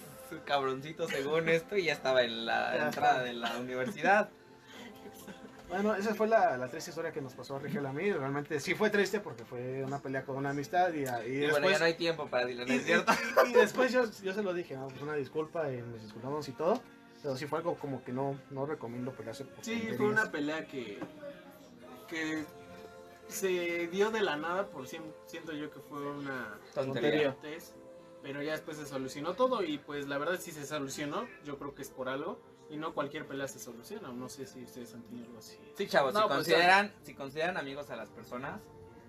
D: cabroncito según esto y ya estaba en la entrada de la universidad.
C: Bueno, esa fue la, la triste historia que nos pasó a Rigel a mí. Realmente sí fue triste porque fue una pelea con una amistad y, y
D: Y,
C: después...
D: bueno, ya no hay tiempo
A: [LAUGHS]
D: para dilatar,
C: Y,
D: ¿es cierto?
C: y- y después yo, yo se lo dije, "No, pues una disculpa, y nos disculpamos y todo. Pero sí fue algo como que no, no recomiendo pelearse por
A: Sí, fue
C: tonterías.
A: una pelea que, que se dio de la nada, por cien- siento yo que fue una
D: Tontería.
A: idiotez, pero ya después se solucionó todo y pues la verdad si se solucionó, yo creo que es por algo y no cualquier pelea se soluciona, no sé si ustedes han tenido algo así.
D: Sí, chavos, si,
B: No, pues,
D: consideran, si consideran amigos a las personas,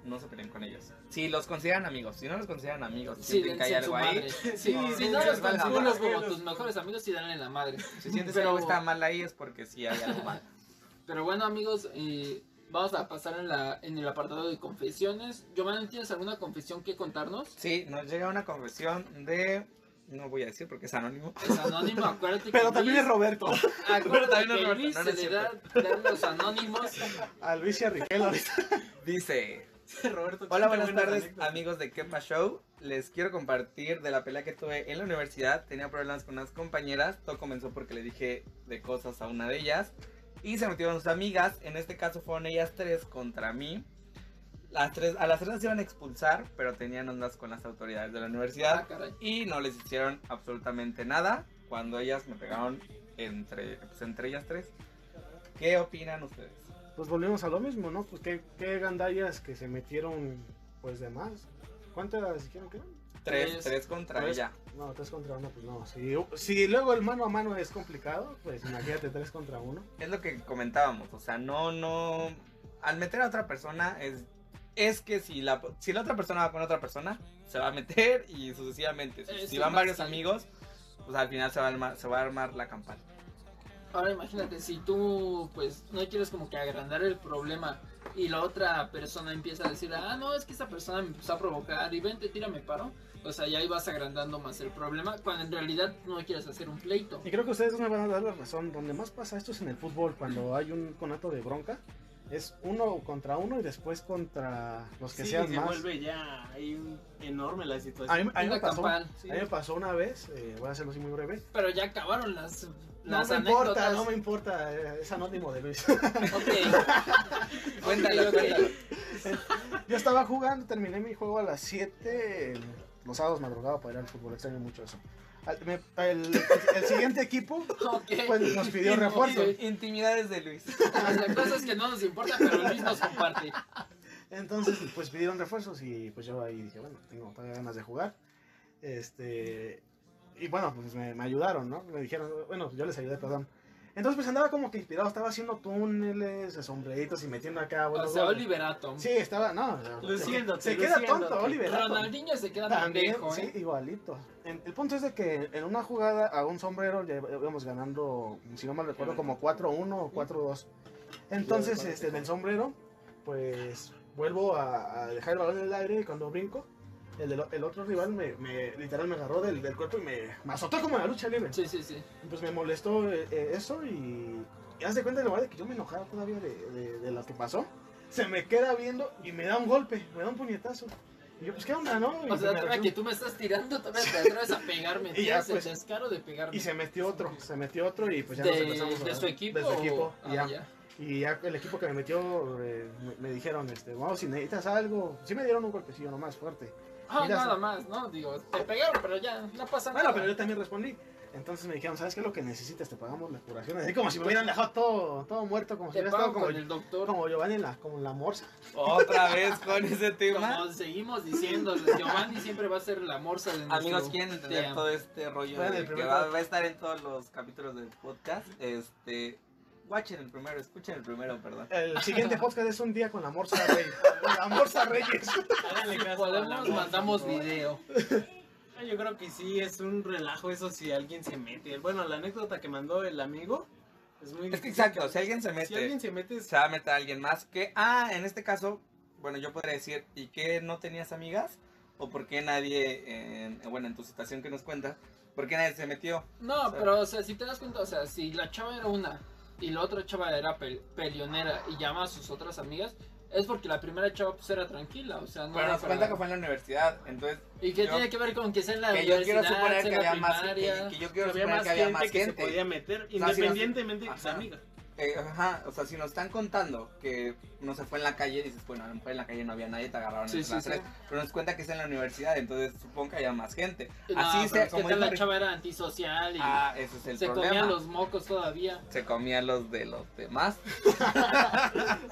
D: no se peleen con ellos. Si los consideran amigos, si no los consideran amigos, si
B: Sí,
D: sienten que hay algo [LAUGHS] ahí,
B: Sí,
A: Sí,
B: si no
A: dense
B: los
A: su madre.
B: calculas como
A: Los-
B: tus mejores amigos, sí dale la madre.
D: si sientes que
B: Pero-
D: algo está mal ahí es porque sí hay algo mal.
B: Pero bueno, amigos, eh, vamos a pasar en, la, en el apartado de confesiones. Giovanni, ¿tienes alguna confesión que contarnos?
D: Sí, nos llega una confesión de... No voy a decir porque es anónimo.
B: Es anónimo, acuérdate
C: Pero
B: que
C: también es
B: Luis-
C: Roberto.
B: acuérdate
D: Pero también es
B: que
D: Roberto,
B: Luis
D: no, no
B: se
D: es
B: le da, dan los
D: [LAUGHS]
B: anónimos.
C: A Luis y a
A: [LAUGHS]
C: Rigel ahorita.
D: Dice...
A: Roberto,
D: Hola,
A: cuenta
D: buenas tardes
A: anécdotas.
D: amigos de Kepa Show. Les quiero compartir de la pelea que tuve en la universidad. Tenía problemas con unas compañeras. Todo comenzó porque le dije de cosas a una de ellas. Y se metieron sus amigas. En este caso fueron ellas tres contra mí. Las tres, a las tres las iban a expulsar, pero tenían ondas con las autoridades de la universidad
B: Ah, caray.
D: y no les hicieron absolutamente nada cuando ellas me pegaron entre, pues, entre ellas tres. ¿Qué opinan ustedes?
C: Pues volvimos a lo mismo, ¿no? Pues qué, qué gandallas que se metieron, pues de más. ¿Cuántas dijeron que eran?
D: Tres,
B: Tres.
D: tres contra
C: Tres.
D: ella.
C: No, tres contra uno, pues no. Si, si luego el mano a mano es complicado, pues imagínate tres contra uno.
D: es lo que comentábamos, o sea, no, no, al meter a otra persona es, es que si la, si la otra persona va con otra persona, se va a meter y sucesivamente, si,
B: Es
D: si
B: el
D: van varios
B: máximo.
D: amigos, pues al final se va a armar, se va a armar la campana.
B: Ahora imagínate, si tú pues no quieres como que agrandar el problema y la otra persona empieza a decir, ah, no, es que esa persona me empezó a provocar y vente, tírame paro. O sea, ya ahí vas agrandando más el problema cuando en realidad no quieres hacer un pleito.
C: Y creo que ustedes me van a dar la razón. Donde más pasa esto es en el fútbol, cuando hay un conato de bronca. Es uno contra uno y después contra los que
A: Sí,
C: sean
A: se
C: más.
A: vuelve ya hay un- enorme la situación.
C: A mí, a mí
B: Una
C: me pasó, a
B: campana.
C: mí me pasó una vez, eh, voy a hacerlo así muy breve.
B: Pero ya acabaron las,
C: No
B: las
C: me importa,
B: anécdotas.
C: no me importa, eh, es anónimo de Luis. [LAUGHS]
B: Ok,
D: Cuéntalo,
B: ok.
D: cuéntalo.
C: Yo estaba jugando, terminé mi juego a las 7, el- los sábados madrugada para ir al fútbol, extraño mucho eso. Al- me- el, el siguiente equipo
B: ok.
C: pues, nos pidió refuerzo.
B: Cuéntalo.
D: Intimidades de Luis. [LAUGHS]
B: O sea, cosas que no nos importan, pero Luis nos comparte.
C: Entonces, pues pidieron refuerzos y pues yo ahí dije, bueno, tengo todavía ganas de jugar. Este, y bueno, pues me, me ayudaron, ¿no? Me dijeron, bueno, yo les ayudé, perdón. Entonces, pues andaba como que inspirado, estaba haciendo túneles, sombreritos y metiendo acá.
B: O
C: bueno,
B: sea,
C: bueno.
B: Oliver Atom.
C: Sí, estaba, no.
A: Luciéndote,
C: se queda
A: luciéndote.
C: tonto, Oliver.
B: Ronaldinho se queda
C: También,
B: pendejo,
C: sí,
B: ¿eh?
C: igualito. En- el punto es de que en una jugada a un sombrero ya íbamos ganando, si no mal recuerdo, como 4-1 o 4-2. Entonces, este, en el sombrero, pues vuelvo a, a dejar el balón en el aire y cuando brinco, el, del o- el otro rival me, me- literal me agarró del, del cuerpo y me, me azotó como en la lucha libre.
B: Sí, sí, sí.
C: Pues me molestó eh, eh, eso y, y haz de cuenta, en lugar de que yo me enojara todavía de, de- de lo que pasó, se me queda viendo y me da un golpe, me da un puñetazo. Y yo, pues, ¿qué onda, no? Y,
B: O sea,
C: me
B: todavía
C: refiero-
B: que tú me estás tirando, todavía te atreves a pegarme.
C: Y ya,
B: Tienes el
C: pues.
B: descaro de pegarme.
C: y se metió otro, se metió otro y pues ya nos
B: de,
C: empezamos a-
B: de su equipo.
C: De su
B: o-
C: equipo,
B: Ah,
C: y ya.
B: ya.
C: Y ya el equipo que me metió eh, me, me dijeron, este, wow, si necesitas algo. Sí me dieron un golpecillo nomás fuerte.
B: Ah,
C: Mira,
B: nada
C: se-
B: más, ¿no? Digo, te pegaron, pero ya, no pasa
C: Bueno,
B: nada.
C: pero yo también respondí. Entonces me dijeron, ¿sabes qué es lo que necesitas? Te pagamos las curaciones. Así como si me hubieran dejado todo, todo muerto, como si
B: Te
C: hubiera
B: pago
C: estado
B: con
C: como,
B: el doctor.
C: como Giovanni en la, como en la morsa.
D: Otra vez con ese tema.
B: Como seguimos diciendo, Giovanni siempre va a ser la morsa de nuestro...
D: Amigos, ¿quieren entender
B: tema.
D: todo este rollo
C: Vean
D: de
C: el
D: que
C: primer
D: va,
C: podcast.
D: va a estar en todos los capítulos del podcast? Este, watchen el primero, escuchen el primero, perdón.
B: [LAUGHS]
C: El siguiente podcast es un día con la morsa rey. [LAUGHS] La morsa reyes.
A: Háganle caso a la
B: Podemos,
A: voz,
B: mandamos
A: por favor.
B: video.
A: Ah, Yo creo que sí, es un relajo eso si alguien se mete. Bueno, la anécdota que mandó el amigo es muy...
D: Es que exacto, si alguien se
A: Si alguien
D: mete,
A: Este, se mete, es-
D: se va a meter a alguien más que, ah, en este caso, bueno, yo podría decir, ¿y qué no tenías amigas? ¿O por qué nadie, en- bueno, en tu situación que nos cuentas, por qué nadie se metió?
B: No,
D: O sea-
B: pero, o sea, si te das cuenta, o sea, si la chava era una y la otra chava era pel- peleonera y llama a sus otras amigas, es porque la primera chava pues era tranquila, o sea, no
D: Pero
B: era
D: nos
B: para-
D: cuenta que fue en la universidad, entonces
B: ¿Y qué
D: yo-
B: tiene que ver con que sea en la
D: que yo quiero
B: universidad,
D: suponer
B: sea
D: que
B: en la
D: había más que,
B: primaria?
D: que yo
A: que
D: quiero
A: había
D: suponer
A: más
D: que había
A: gente
D: más
A: que se
D: gente.
A: podía meter,
D: sea, si no-
A: independientemente de tus
D: Ajá.
A: amigas.
D: Eh, ajá, o sea, si nos están contando que no se fue en la calle, dices, bueno, a lo mejor en la calle no había nadie, te agarraron
B: Sí,
D: entre
B: sí,
D: las
B: sí.
D: tres, pero nos cuenta que es en la universidad, entonces supongo que había más gente.
B: No,
D: Así
B: pero
D: sea,
B: es que
D: como
B: tal
D: dijo
B: la
D: Rick-
B: chava era antisocial y
D: Ah, ese es el
B: se
D: problema.
B: comía los mocos todavía.
D: Se comía los de los
C: [LAUGHS]
D: demás.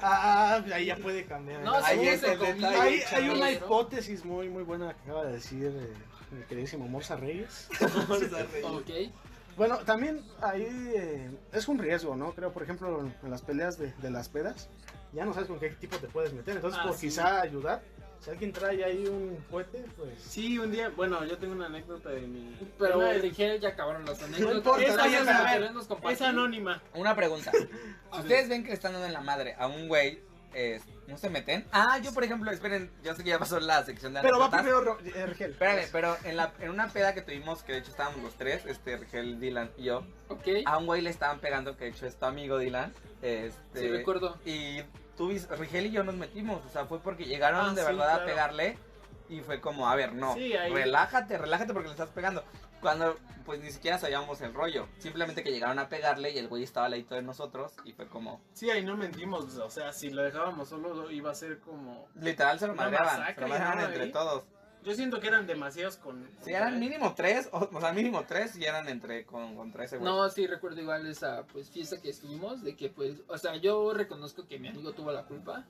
C: Ah, ahí ya puede cambiar.
B: No,
D: Ahí
B: según
D: es
B: se
D: el
B: comía.
D: detalle,
C: Hay, hay
D: Chavos,
C: una
B: ¿no?
C: hipótesis muy muy buena que acaba de decir eh, mi queridísimo Morsa Reyes.
B: Ok.
C: Bueno, también ahí eh, es un riesgo, ¿no? Creo, por ejemplo, en las peleas de, de las pedas, ya no sabes con qué tipo te puedes meter. Entonces,
A: Ah,
C: por
A: sí.
C: quizá ayudar, si alguien trae ahí un cohete, pues...
A: Sí, un día, bueno, yo tengo una anécdota de mi...
B: Pero
A: una-
B: dije ya acabaron las anécdotas.
C: importa,
B: Esa
A: no
B: ya
A: importa.
B: la queremos compartir.
A: es anónima.
D: Una pregunta. Si ustedes ven que le están dando en la madre a un güey, eh, ¿no se meten? Ah, yo por ejemplo, esperen, yo sé que ya pasó la sección de
C: Pero va
D: anécdotas.
C: primero Ro- eh, Rigel.
D: Espérame, pero en, la, en una peda que tuvimos, que de hecho estábamos los tres, este, Rigel, Dylan y yo,
B: Ok.
D: a un güey le estaban pegando, que de hecho es tu amigo Dylan. Este,
B: Sí, recuerdo.
D: Y tú, vis- Rigel y yo nos metimos, o sea, fue porque llegaron
A: Ah,
D: de
A: sí,
D: verdad a
A: claro.
D: pegarle y fue como, a ver, no,
A: Sí, ahí-
D: relájate, relájate porque le estás pegando. Cuando pues ni siquiera sabíamos el rollo, simplemente que llegaron a pegarle y el güey estaba al ladito de nosotros y fue como,
A: Sí, ahí no mentimos, o sea, si lo dejábamos solo lo- iba a ser como...
D: literal se lo
A: Una
D: madreaban, se
A: masacre
D: lo
A: y
D: madreaban
A: nada,
D: entre
A: ¿eh?
D: todos.
A: Yo siento que eran demasiados con...
D: Si eran mínimo tres, o, o sea, mínimo tres y eran entre con, contra ese güey.
B: No, sí, recuerdo igual esa pues fiesta que estuvimos, de que pues, o sea, yo reconozco que mi amigo tuvo la culpa.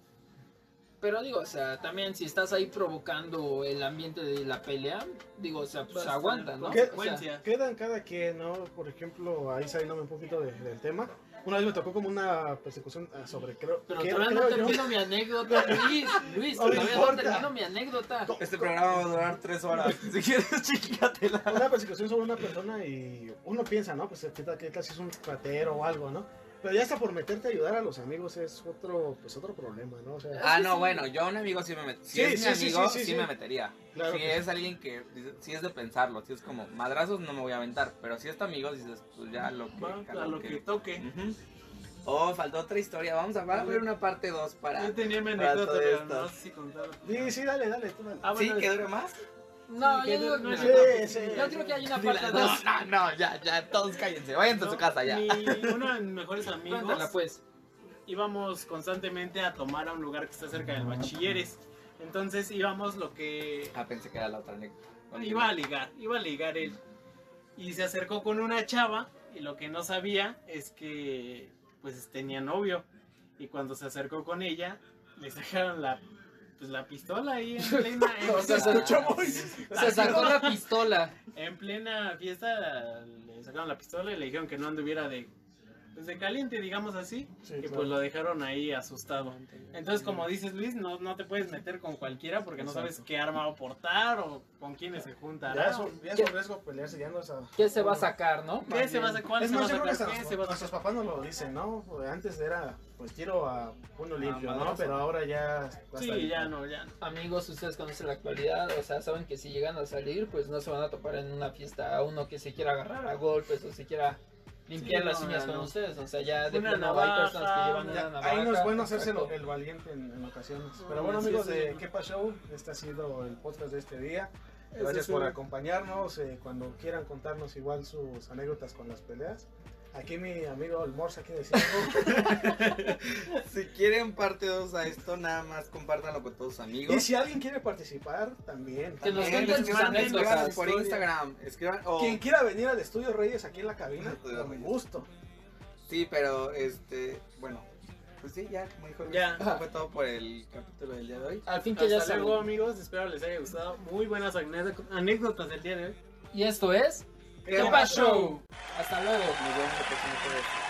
B: Pero digo, o sea, también si estás ahí provocando el ambiente de la pelea, digo, o sea, pues
A: Bastante
B: aguanta, ¿no? O sea,
A: consecuencias.
C: Quedan cada quien, ¿no? Por ejemplo, ahí saliéndome un poquito de- del tema. Una vez me tocó como una persecución ah, sobre, creo,
B: pero
C: que-
B: todavía no
C: creo yo-
B: termino mi
C: [LAUGHS]
B: anécdota, Luis, Luis,
C: No me
B: todavía no
C: importa.
B: termino mi anécdota.
C: Co-
D: Este
C: co-
D: programa va a durar tres
A: [LAUGHS]
D: horas. Si quieres, chícatela.
C: una persecución sobre una persona y uno piensa, ¿no? Pues que tal que tal si es un ratero o algo, ¿no? Pero ya hasta por meterte a ayudar a los amigos es otro, pues otro problema, ¿no? O sea,
D: Ah,
B: que
D: no,
B: sí.
D: bueno, yo a un amigo sí me metería. Si
C: Sí,
D: es
C: sí,
D: mi
C: sí,
D: amigo, sí,
C: sí, sí, sí.
D: me metería.
C: Claro
D: si
C: que
D: es alguien que, si es de pensarlo, si es como, madrazos no me voy a aventar, pero si es tu amigo, dices, pues ya lo que...
A: Va, a lo que toque.
D: Ujú. Oh, faltó otra historia, vamos a, va a haber una parte 2 para...
A: Yo tenía mi
D: para
A: anécdota,
D: todo
A: pero
D: esto.
A: no sé si contarla.
C: sí, sí, dale, dale, tú dale.
A: Ah,
D: ¿Sí?
A: bueno,
D: ¿Que dure más?
B: No,
A: Sí,
B: yo
A: que
B: digo
A: no-
B: que-
A: no es-
C: Sí, sí.
B: yo creo que hay una parte
D: No,
B: dos.
D: no, no, ya, ya, todos cállense, váyanse a su
A: No,
D: casa ya.
A: Mi, uno de mis
D: [LAUGHS]
A: mejores amigos
B: Cuéntala pues.
A: íbamos constantemente a tomar a un lugar que está cerca del bachilleres. Entonces íbamos lo que
D: Ah, pensé que era la otra anécdota.
A: iba a ligar, iba a ligar él. Y se acercó con una chava y lo que no sabía es que pues tenía novio. Y cuando se acercó con ella, le sacaron la pues la pistola ahí en plena, en
B: No, se
A: plena-
B: escuchó
D: muy-
B: Se sacó la pistola.
A: en plena fiesta le sacaron la pistola y le dijeron que no anduviera de pues, de caliente, digamos así,
C: Sí,
A: y
C: claro.
A: pues lo dejaron ahí asustado. Entonces, como dices Luis, no, no te puedes meter con cualquiera porque no sabes
C: Exacto.
A: qué arma va a portar o con quiénes se juntará.
C: ya es, un, ya es un riesgo pelearse, ya no es a...
B: ¿Qué se va a sacar, no?
A: ¿Qué se va a hacer? ¿Cuál
C: Es
A: se va
C: más,
A: a
C: yo creo que hasta
A: sacar? ¿Qué se va
C: nuestros,
A: a sacar?
C: nuestros papás nos lo dicen, ¿no? Antes era, pues tiro a uno limpio, ¿no?
D: madrazo.
C: Pero ahora ya... va a
A: Ah, Sí,
C: salir.
A: ya no, ya no.
B: Amigos, ustedes conocen la actualidad, o sea, saben que si llegan a salir, pues no se van a topar en una fiesta a uno que se quiera agarrar a golpes o se quiera
E: limpiar
A: Sí,
E: las
A: no,
E: uñas
A: no,
E: con
A: no.
E: ustedes. O sea, ya de
A: Una
E: plano hay
A: navaja,
E: personas que llevan
A: una
E: una
A: Ya,
E: navaja.
C: Ahí no es bueno hacerse
E: exacto.
C: lo- el valiente en, en ocasiones. Pero
A: No,
C: bueno,
A: así
C: amigos
A: es,
C: de
A: señor.
C: Kepa Show, este ha sido el podcast de este día.
A: Este
C: Gracias
A: es
C: por
A: un-
C: acompañarnos. eh, cuando quieran contarnos igual sus anécdotas con las peleas. Aquí mi amigo el Morse aquí decía algo.
D: Si quieren parte 2 a esto, nada más compártanlo con todos sus
C: y
D: amigos.
C: si alguien quiere participar, también.
B: Que nos
D: Eh,
B: cuenten sus
D: escriban- escriban
B: anécdotas.
D: por Instagram. Escriban, o-
C: Quien quiera venir al Estudio Reyes aquí en la cabina,
D: Estudio
C: con
D: Reyes.
C: gusto.
D: Sí, pero este, bueno, pues sí, ya, como dijo Luis,
A: Ya.
D: eso fue todo por el capítulo del día de hoy.
E: Al fin que ya
A: Hasta luego,
E: salgo.
A: amigos. Espero les haya gustado. Muy buenas anécdotas- anécdotas del día de hoy.
E: Y esto es.
D: Crema
E: Kepa Show. Hasta luego.
D: Nos vemos la próxima vez.